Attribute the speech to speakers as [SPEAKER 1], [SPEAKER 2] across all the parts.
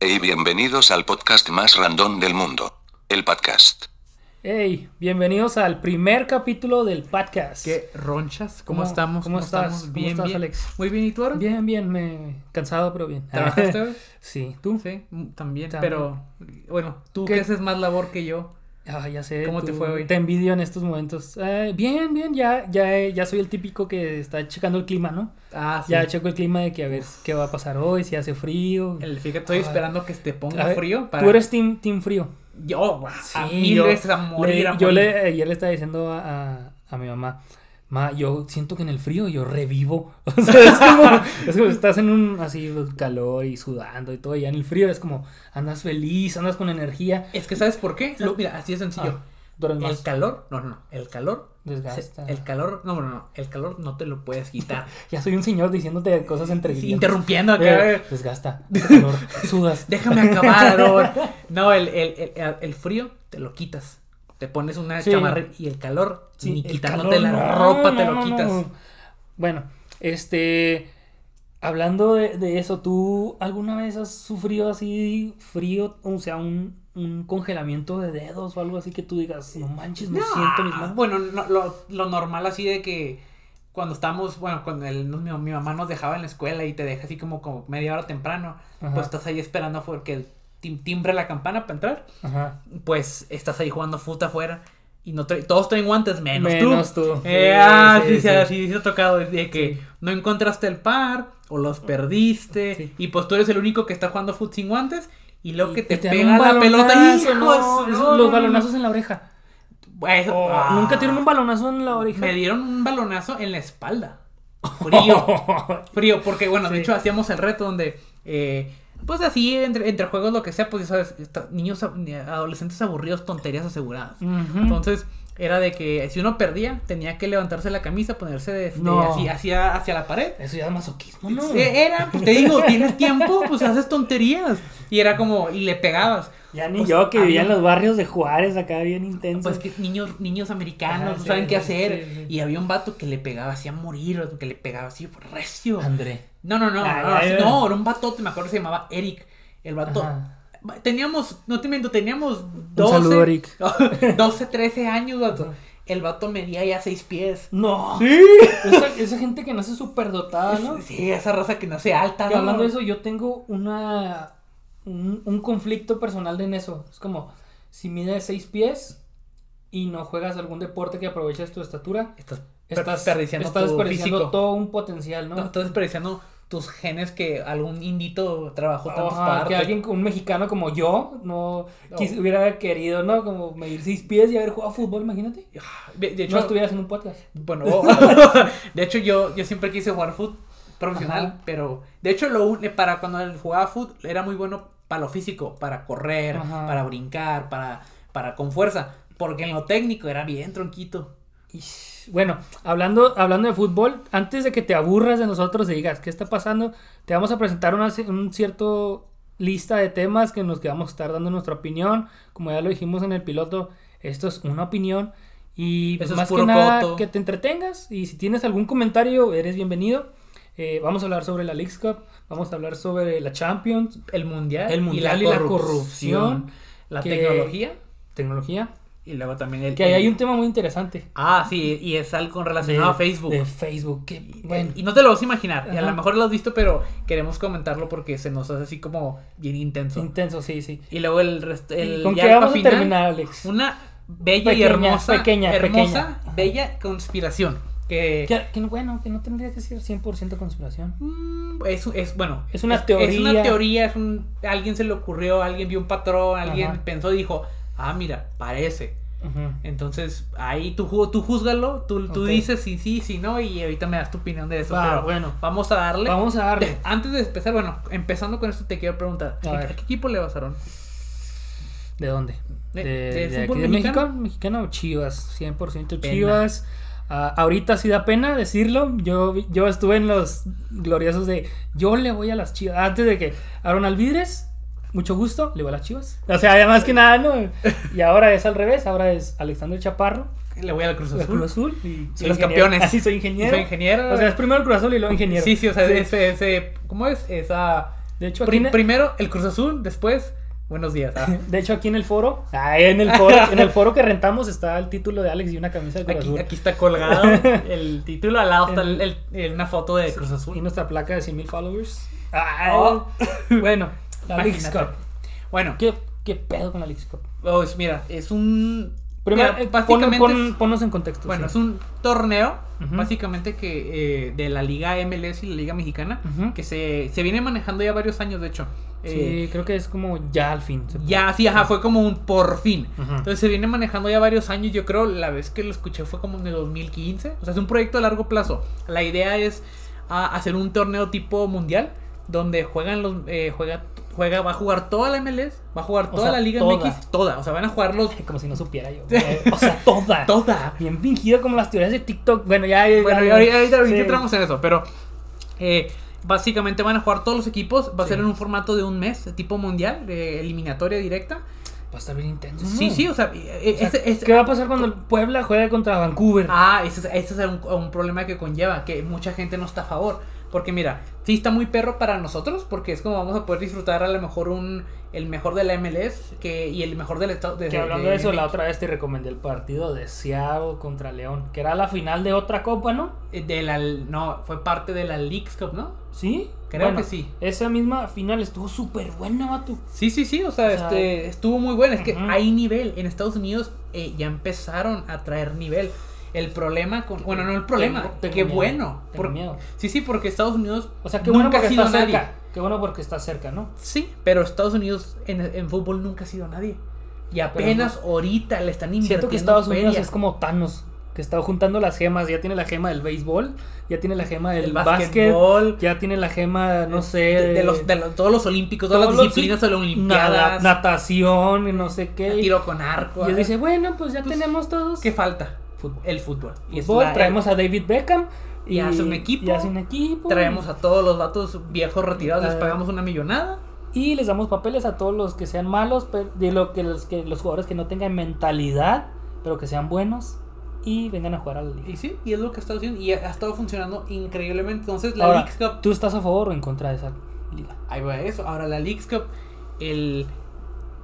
[SPEAKER 1] Hey, bienvenidos al podcast más random del mundo. El podcast.
[SPEAKER 2] Hey, bienvenidos al primer capítulo del podcast.
[SPEAKER 3] ¿Qué ronchas? ¿Cómo,
[SPEAKER 2] ¿Cómo-
[SPEAKER 3] estamos?
[SPEAKER 2] cómo estás?
[SPEAKER 3] estamos?
[SPEAKER 2] ¿Cómo
[SPEAKER 3] Bien,
[SPEAKER 2] estás,
[SPEAKER 3] bien.
[SPEAKER 2] Alex?
[SPEAKER 3] Muy bien, ¿y tú, Aaron?
[SPEAKER 2] Bien, bien, me cansado pero bien.
[SPEAKER 3] ¿Trabajaste hoy?
[SPEAKER 2] sí, tú.
[SPEAKER 3] Sí, mm, también,
[SPEAKER 2] También.
[SPEAKER 3] pero bueno, tú
[SPEAKER 2] ¿Qué?
[SPEAKER 3] que haces más labor que yo.
[SPEAKER 2] Ah, ya sé.
[SPEAKER 3] ¿Cómo te
[SPEAKER 2] tú-
[SPEAKER 3] fue hoy?
[SPEAKER 2] Te envidio en estos momentos. Eh, bien, bien, ya, ya, eh, ya soy el típico que está checando el clima, ¿no?
[SPEAKER 3] Ah, sí.
[SPEAKER 2] Ya checo el clima de que a ver qué va a pasar hoy, si hace frío.
[SPEAKER 3] El- fíjate, estoy
[SPEAKER 2] Ah.
[SPEAKER 3] esperando que te
[SPEAKER 2] A
[SPEAKER 3] ponga
[SPEAKER 2] ver,
[SPEAKER 3] frío para
[SPEAKER 2] Tú eres team, team frío.
[SPEAKER 3] yo guau, a
[SPEAKER 2] Sí,
[SPEAKER 3] mil
[SPEAKER 2] yo
[SPEAKER 3] veces a morir,
[SPEAKER 2] le-
[SPEAKER 3] a
[SPEAKER 2] Yo
[SPEAKER 3] morir.
[SPEAKER 2] le, ayer le estaba diciendo a, a- a mi mamá, ma, yo siento que en el frío yo revivo. O sea, es como, es como estás en un así calor y sudando y todo, y ya en el frío es como andas feliz, andas con energía.
[SPEAKER 3] Es que sabes por qué?
[SPEAKER 2] Lo-
[SPEAKER 3] No, Mira, así de sencillo.
[SPEAKER 2] Ah, duras
[SPEAKER 3] el
[SPEAKER 2] más.
[SPEAKER 3] calor, no, no, no, el calor se-
[SPEAKER 2] Desgasta.
[SPEAKER 3] el calor, no, no, no, el calor no te lo puedes quitar.
[SPEAKER 2] Ya soy un señor diciéndote cosas entre
[SPEAKER 3] Sí,
[SPEAKER 2] dientes.
[SPEAKER 3] interrumpiendo acá.
[SPEAKER 2] Eh, Desgasta. calor, sudas.
[SPEAKER 3] Déjame acabar, Aarón. No, el, el, el, el frío te lo quitas. Te pones una
[SPEAKER 2] Sí.
[SPEAKER 3] chamarra y el calor,
[SPEAKER 2] Sí,
[SPEAKER 3] ni
[SPEAKER 2] el
[SPEAKER 3] quitándote
[SPEAKER 2] calor,
[SPEAKER 3] la
[SPEAKER 2] no,
[SPEAKER 3] ropa,
[SPEAKER 2] no,
[SPEAKER 3] te lo
[SPEAKER 2] no,
[SPEAKER 3] quitas.
[SPEAKER 2] no. Bueno, este. Hablando de, de eso, ¿tú alguna vez has sufrido así frío? O sea, un, un congelamiento de dedos o algo así que tú digas, no manches, no,
[SPEAKER 3] No,
[SPEAKER 2] siento mis manos.
[SPEAKER 3] Bueno, no, lo, lo normal así de que cuando estábamos, bueno, cuando el- mi, mi mamá nos dejaba en la escuela y te deja así como, como media hora temprano,
[SPEAKER 2] Ajá.
[SPEAKER 3] pues estás ahí esperando porque tim- timbre la campana para entrar,
[SPEAKER 2] Ajá.
[SPEAKER 3] pues estás ahí jugando futa afuera y no tra- todos traen guantes menos, tú.
[SPEAKER 2] Menos tú.
[SPEAKER 3] Eh,
[SPEAKER 2] Sí,
[SPEAKER 3] ah,
[SPEAKER 2] sí,
[SPEAKER 3] sí,
[SPEAKER 2] sí.
[SPEAKER 3] se ha- sí, se ha tocado desde que
[SPEAKER 2] Sí.
[SPEAKER 3] no encontraste el par o los perdiste
[SPEAKER 2] Sí.
[SPEAKER 3] y pues tú eres el único que está jugando fut sin guantes y luego
[SPEAKER 2] Y-
[SPEAKER 3] que
[SPEAKER 2] y
[SPEAKER 3] te,
[SPEAKER 2] dan
[SPEAKER 3] pega
[SPEAKER 2] un
[SPEAKER 3] la pelota
[SPEAKER 2] balonazo,
[SPEAKER 3] hijo,
[SPEAKER 2] no,
[SPEAKER 3] eso-
[SPEAKER 2] esos-
[SPEAKER 3] no, no,
[SPEAKER 2] los
[SPEAKER 3] no.
[SPEAKER 2] balonazos en la oreja.
[SPEAKER 3] Eso- ah.
[SPEAKER 2] Nunca tienen un balonazo en la oreja.
[SPEAKER 3] me dieron un balonazo en la espalda. Frío. frío, porque bueno, de
[SPEAKER 2] Oh. Sí.
[SPEAKER 3] hecho hacíamos el reto donde, eh, pues así, entre, entre juegos, lo que sea, pues ya sabes, esta- niños, ab- ni- adolescentes aburridos, tonterías aseguradas.
[SPEAKER 2] Ujú.
[SPEAKER 3] Entonces, era de que si uno perdía, tenía que levantarse la camisa, ponerse de, de-
[SPEAKER 2] No.
[SPEAKER 3] así, hacia, hacia la pared.
[SPEAKER 2] Eso ya es masoquismo, ¿no?
[SPEAKER 3] Eh, Era, pues, te digo, tienes tiempo, pues haces tonterías. Y era como, y le pegabas.
[SPEAKER 2] Ya ni
[SPEAKER 3] Pues,
[SPEAKER 2] yo que vivía en
[SPEAKER 3] había-
[SPEAKER 2] los barrios de Juárez acá bien intenso.
[SPEAKER 3] Pues que niños, niños americanos
[SPEAKER 2] Ajá,
[SPEAKER 3] no
[SPEAKER 2] sí,
[SPEAKER 3] saben qué
[SPEAKER 2] sí,
[SPEAKER 3] hacer.
[SPEAKER 2] sí, sí.
[SPEAKER 3] Y había un vato que le pegaba así a morir, otro que le pegaba así por recio.
[SPEAKER 2] André.
[SPEAKER 3] No, no, no,
[SPEAKER 2] Ah, Ay,
[SPEAKER 3] no,
[SPEAKER 2] ay,
[SPEAKER 3] así-
[SPEAKER 2] ay.
[SPEAKER 3] no, era un vato, me acuerdo que se llamaba Eric. El vato.
[SPEAKER 2] Ajá.
[SPEAKER 3] Teníamos, no te miento, teníamos 12,
[SPEAKER 2] saludo, Eric.
[SPEAKER 3] 12, 13 años, vato. El vato medía ya 6 pies.
[SPEAKER 2] No. Esa, esa gente que nace superdotada, ¿no?
[SPEAKER 3] Sí, esa raza que nace alta.
[SPEAKER 2] Que
[SPEAKER 3] ¿no?
[SPEAKER 2] hablando de eso, yo tengo una un, un conflicto personal en eso. Es como, si mides seis pies y no juegas algún deporte que aproveches tu estatura,
[SPEAKER 3] Estás, per-
[SPEAKER 2] estás
[SPEAKER 3] desperdiciando
[SPEAKER 2] estás
[SPEAKER 3] tu
[SPEAKER 2] desperdiciando
[SPEAKER 3] físico.
[SPEAKER 2] todo un potencial, ¿no?
[SPEAKER 3] No, estás desperdiciando tus genes que algún indito trabajó tantos
[SPEAKER 2] Ajá,
[SPEAKER 3] para
[SPEAKER 2] que
[SPEAKER 3] darte.
[SPEAKER 2] alguien, un mexicano como yo, no,
[SPEAKER 3] No.
[SPEAKER 2] quis- hubiera querido, ¿no? Como medir seis pies y haber jugado fútbol, imagínate.
[SPEAKER 3] De de
[SPEAKER 2] De
[SPEAKER 3] hecho,
[SPEAKER 2] no estuvieras en un podcast.
[SPEAKER 3] ah, Bueno, de hecho yo, yo siempre quise jugar fútbol profesional,
[SPEAKER 2] Ajá.
[SPEAKER 3] pero de hecho lo un- para cuando jugaba fútbol era muy bueno para lo físico, para correr,
[SPEAKER 2] Ajá.
[SPEAKER 3] para brincar, para, para con fuerza, porque en lo técnico era bien tronquito.
[SPEAKER 2] Ish. Bueno, hablando, hablando de fútbol, antes de que te aburras de nosotros y digas qué está pasando, te vamos a presentar una, ci- un cierto lista de temas que nos que vamos a estar dando nuestra opinión. Como ya lo dijimos en el piloto, esto es una opinión. Y
[SPEAKER 3] Eso es
[SPEAKER 2] más que
[SPEAKER 3] puro
[SPEAKER 2] nada,
[SPEAKER 3] coto.
[SPEAKER 2] que te entretengas. Y si tienes algún comentario, eres bienvenido. Eh, vamos a hablar sobre la League Cup, vamos a hablar sobre la Champions,
[SPEAKER 3] El mundial,
[SPEAKER 2] El mundial y la corrupción,
[SPEAKER 3] la
[SPEAKER 2] que-
[SPEAKER 3] tecnología
[SPEAKER 2] tecnología.
[SPEAKER 3] y luego también el
[SPEAKER 2] Que ahí hay un tema muy interesante.
[SPEAKER 3] Ah, sí, y es algo relacionado a Facebook.
[SPEAKER 2] De Facebook. que- bueno.
[SPEAKER 3] Y no te lo vas a imaginar, y a
[SPEAKER 2] Ajá.
[SPEAKER 3] lo mejor lo has visto, pero queremos comentarlo porque se nos hace así como bien intenso.
[SPEAKER 2] Intenso, sí, sí.
[SPEAKER 3] Y luego el resto.
[SPEAKER 2] ¿Y
[SPEAKER 3] El,
[SPEAKER 2] ¿Con
[SPEAKER 3] ya
[SPEAKER 2] qué
[SPEAKER 3] pa'
[SPEAKER 2] vamos a
[SPEAKER 3] final,
[SPEAKER 2] terminar, Alex?
[SPEAKER 3] Una bella y
[SPEAKER 2] Pequeña,
[SPEAKER 3] hermosa.
[SPEAKER 2] pequeña,
[SPEAKER 3] hermosa,
[SPEAKER 2] pequeña.
[SPEAKER 3] bella conspiración. Que.
[SPEAKER 2] Que, que bueno, que no tendría que ser 100% conspiración.
[SPEAKER 3] mm, Es, es bueno.
[SPEAKER 2] Es una teoría.
[SPEAKER 3] Es una teoría. Es un, a alguien se le ocurrió, alguien vio un patrón, alguien
[SPEAKER 2] Ajá.
[SPEAKER 3] pensó y dijo: Ah, mira, parece.
[SPEAKER 2] Ujú.
[SPEAKER 3] Entonces, ahí tú, ju- tú júzgalo, tú, tú
[SPEAKER 2] Ok.
[SPEAKER 3] dices si sí, si no, y ahorita me das tu opinión de eso.
[SPEAKER 2] Va,
[SPEAKER 3] pero
[SPEAKER 2] bueno.
[SPEAKER 3] Vamos a darle.
[SPEAKER 2] Vamos a darle.
[SPEAKER 3] De- antes de empezar, bueno, empezando con esto, te quiero preguntar:
[SPEAKER 2] A
[SPEAKER 3] ¿a,
[SPEAKER 2] ver.
[SPEAKER 3] qué equipo le vas, Aarón?
[SPEAKER 2] ¿De dónde?
[SPEAKER 3] De-
[SPEAKER 2] ¿De,
[SPEAKER 3] del
[SPEAKER 2] de aquí
[SPEAKER 3] fútbol
[SPEAKER 2] de
[SPEAKER 3] mexicano.
[SPEAKER 2] México? Mexicano, Chivas, 100%
[SPEAKER 3] Pena.
[SPEAKER 2] Chivas. Ah, ahorita sí da pena decirlo. Yo, vi- yo estuve en los gloriosos de yo le voy a las Chivas. Antes de que Aaron Alvidres, mucho gusto, le voy a las Chivas. O sea, además que nada, ¿no? Y ahora es al revés, ahora es Alexander Chaparro,
[SPEAKER 3] Le voy al Cruz
[SPEAKER 2] el
[SPEAKER 3] Azul.
[SPEAKER 2] Cruz Azul. Y
[SPEAKER 3] Son
[SPEAKER 2] soy ingeniero.
[SPEAKER 3] los campeones.
[SPEAKER 2] Así soy ingeniero.
[SPEAKER 3] Soy ingeniero. eh,
[SPEAKER 2] O sea, es primero el Cruz Azul y luego ingeniero.
[SPEAKER 3] Sí, sí, o sea,
[SPEAKER 2] Sí.
[SPEAKER 3] ese, ese- ¿cómo es? Esa
[SPEAKER 2] De hecho, aquí
[SPEAKER 3] Pri-
[SPEAKER 2] en el-
[SPEAKER 3] Primero el Cruz Azul, después buenos días. Ah,
[SPEAKER 2] de hecho, aquí en el foro, ah, en el foro, en el foro que rentamos está el título de Alex y una camisa de Cruz
[SPEAKER 3] aquí,
[SPEAKER 2] Azul.
[SPEAKER 3] aquí está colgado el título, al lado está el- el- el- una foto de Cruz
[SPEAKER 2] Y
[SPEAKER 3] Azul.
[SPEAKER 2] nuestra placa de 100 mil followers. Ah,
[SPEAKER 3] Oh.
[SPEAKER 2] Bueno, la Leagues
[SPEAKER 3] Imagínate.
[SPEAKER 2] Cup.
[SPEAKER 3] Bueno,
[SPEAKER 2] ¿Qué, ¿Qué pedo con la Leagues Cup?
[SPEAKER 3] pues mira, es un...
[SPEAKER 2] Primero,
[SPEAKER 3] mira,
[SPEAKER 2] eh, pon-
[SPEAKER 3] básicamente
[SPEAKER 2] pon-
[SPEAKER 3] es-
[SPEAKER 2] ponnos en contexto.
[SPEAKER 3] Bueno, es
[SPEAKER 2] sí.
[SPEAKER 3] un torneo,
[SPEAKER 2] Ujú.
[SPEAKER 3] básicamente que eh, de la Liga MLS y la Liga Mexicana,
[SPEAKER 2] Ujú.
[SPEAKER 3] que se, se viene manejando ya varios años, de hecho. Eh,
[SPEAKER 2] Sí, creo que es como ya al fin. se puede.
[SPEAKER 3] Ya, sí, ajá, fue como un por fin.
[SPEAKER 2] Ujú.
[SPEAKER 3] Entonces se viene manejando ya varios años. Yo creo la vez que lo escuché fue como en el 2015. O sea, es un proyecto a largo plazo. La idea es ah, hacer un torneo tipo mundial donde juegan los. eh, juega, juega, va a jugar toda la MLS, va a jugar toda
[SPEAKER 2] sea,
[SPEAKER 3] la Liga
[SPEAKER 2] toda.
[SPEAKER 3] MX, toda. O sea, van a jugar los.
[SPEAKER 2] Como si no supiera yo. Eh, O sea, toda. Ah,
[SPEAKER 3] Toda.
[SPEAKER 2] Bien fingido como las teorías de TikTok. Bueno, ya. ya,
[SPEAKER 3] Bueno,
[SPEAKER 2] ya,
[SPEAKER 3] y ahorita, ahorita- ahorita
[SPEAKER 2] sí.
[SPEAKER 3] entramos en eso, pero eh, básicamente van a jugar todos los equipos. Va a ser
[SPEAKER 2] Sí.
[SPEAKER 3] en un formato de un mes, tipo mundial, de eliminatoria directa.
[SPEAKER 2] Va a estar bien intenso.
[SPEAKER 3] Sí,
[SPEAKER 2] ¿no?
[SPEAKER 3] sí, o sea, eh,
[SPEAKER 2] O sea,
[SPEAKER 3] es- es-
[SPEAKER 2] ¿Qué va a pasar cuando el Puebla juegue contra Vancouver?
[SPEAKER 3] Ah, ese es, ese es un, un problema que conlleva, que mucha gente no está a favor. Porque mira, sí está muy perro para nosotros, porque es como vamos a poder disfrutar a lo mejor un el mejor de la MLS que, y el mejor del estado de,
[SPEAKER 2] que hablando
[SPEAKER 3] de-
[SPEAKER 2] de eso, la otra vez te recomendé el partido de Seattle contra León, que era la final de otra copa, ¿no?
[SPEAKER 3] de la no, fue parte de la Leagues Cup, ¿no?
[SPEAKER 2] ¿Sí?
[SPEAKER 3] Creo
[SPEAKER 2] Bueno,
[SPEAKER 3] que sí.
[SPEAKER 2] Esa misma final estuvo súper buena, vato.
[SPEAKER 3] Sí, sí, sí, o sea,
[SPEAKER 2] O sea,
[SPEAKER 3] este, estuvo muy bueno. Es que
[SPEAKER 2] Ujú.
[SPEAKER 3] hay nivel. En Estados Unidos eh, ya empezaron a traer nivel. El problema con. Bueno, no el problema.
[SPEAKER 2] Tengo- tengo
[SPEAKER 3] qué
[SPEAKER 2] miedo,
[SPEAKER 3] bueno.
[SPEAKER 2] tengo
[SPEAKER 3] por-
[SPEAKER 2] miedo.
[SPEAKER 3] Sí, sí, porque Estados Unidos.
[SPEAKER 2] O sea, qué bueno
[SPEAKER 3] nunca
[SPEAKER 2] porque
[SPEAKER 3] ha sido
[SPEAKER 2] está cerca.
[SPEAKER 3] nadie.
[SPEAKER 2] Qué bueno porque está cerca, ¿no?
[SPEAKER 3] Sí, pero Estados Unidos en, en fútbol nunca ha sido nadie. Y apenas ahorita le están invirtiendo.
[SPEAKER 2] Siento que Estados Unidos
[SPEAKER 3] feria.
[SPEAKER 2] es como Thanos, que está juntando las gemas. Ya tiene la gema del béisbol, ya tiene la gema del
[SPEAKER 3] el
[SPEAKER 2] básquet,
[SPEAKER 3] básquetbol,
[SPEAKER 2] ya tiene la gema, no sé,
[SPEAKER 3] de, de los, de los- todos los olímpicos, todas
[SPEAKER 2] Todos
[SPEAKER 3] las
[SPEAKER 2] los-
[SPEAKER 3] disciplinas de las
[SPEAKER 2] nada-
[SPEAKER 3] olimpiadas,
[SPEAKER 2] natación y no sé qué. Y
[SPEAKER 3] tiro con arco.
[SPEAKER 2] él dice, bueno, pues ya
[SPEAKER 3] Pues,
[SPEAKER 2] tenemos todos.
[SPEAKER 3] ¿Qué falta?
[SPEAKER 2] Fútbol.
[SPEAKER 3] El fútbol. Y es
[SPEAKER 2] Fútbol,
[SPEAKER 3] la-
[SPEAKER 2] traemos a David Beckham.
[SPEAKER 3] Y hace un equipo.
[SPEAKER 2] Y hace un equipo.
[SPEAKER 3] traemos a todos los vatos viejos retirados, les
[SPEAKER 2] Ah.
[SPEAKER 3] pagamos una millonada.
[SPEAKER 2] Y les damos papeles a todos los que sean malos, pero de lo que los, que los jugadores que no tengan mentalidad, pero que sean buenos y vengan a jugar a la liga.
[SPEAKER 3] Y sí, y es lo que ha estado haciendo. Y ha ha estado funcionando increíblemente. Entonces, la
[SPEAKER 2] Ahora,
[SPEAKER 3] Leagues Cup.
[SPEAKER 2] ¿Tú estás a favor o en contra de esa liga?
[SPEAKER 3] Ahí va eso. Ahora, la Leagues Cup. El.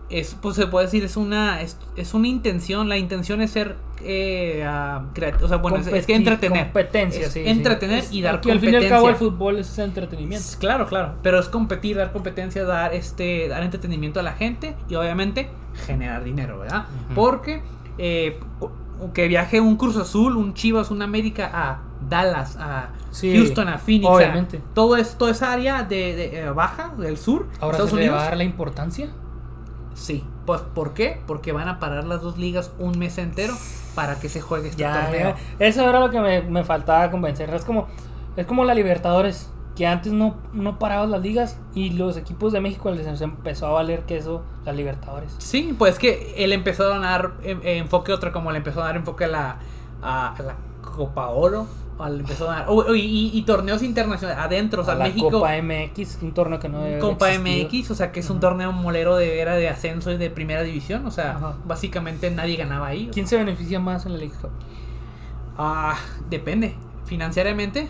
[SPEAKER 3] Es, pues se puede decir, es una. Es, es una intención. La intención es ser. Eh, ah, creat- o sea, bueno, es, es que
[SPEAKER 2] Competi-
[SPEAKER 3] entretener.
[SPEAKER 2] Competencia,
[SPEAKER 3] Es
[SPEAKER 2] sí. sí.
[SPEAKER 3] entretener y dar
[SPEAKER 2] aquí, al fin y al cabo,
[SPEAKER 3] competencia.
[SPEAKER 2] el fútbol es entretenimiento.
[SPEAKER 3] Es- Claro, claro. Pero es competir, dar competencia, dar este, dar entretenimiento a la gente y obviamente generar dinero, ¿verdad?
[SPEAKER 2] Ujú.
[SPEAKER 3] Porque eh, o- que viaje un Cruz Azul, un Chivas, un América a Dallas, a
[SPEAKER 2] Sí,
[SPEAKER 3] Houston, a Phoenix, a-
[SPEAKER 2] obviamente.
[SPEAKER 3] todo es, toda esa área de, de, eh, baja del sur,
[SPEAKER 2] Ahora
[SPEAKER 3] Estados
[SPEAKER 2] se le va
[SPEAKER 3] Unidos.
[SPEAKER 2] a dar la importancia.
[SPEAKER 3] Sí. Pues, ¿por qué? Porque van a parar las dos ligas un mes entero para que se juegue este
[SPEAKER 2] Ya,
[SPEAKER 3] torneo.
[SPEAKER 2] ya. Eso era lo que me, me faltaba convencer. Es como, es como la Libertadores, que antes no, no paraban las ligas y los equipos de México les empezó a valer que eso, las Libertadores.
[SPEAKER 3] Sí, pues que él empezó a dar em- eh, enfoque otro, como le empezó a dar enfoque a la, a, a la Copa Oro. o le empezó a dar, o- o- y, y- y torneos internacionales adentro, o sea,
[SPEAKER 2] A la
[SPEAKER 3] México.
[SPEAKER 2] Copa MX, un torneo que no debe haber
[SPEAKER 3] Copa
[SPEAKER 2] existido.
[SPEAKER 3] MX, o sea, que es un
[SPEAKER 2] Ujú.
[SPEAKER 3] torneo molero de era de ascenso y de primera división, o sea,
[SPEAKER 2] Ajá.
[SPEAKER 3] básicamente nadie ganaba ahí.
[SPEAKER 2] ¿Quién se beneficia más en la League Cup?
[SPEAKER 3] Ah, depende. Financieramente,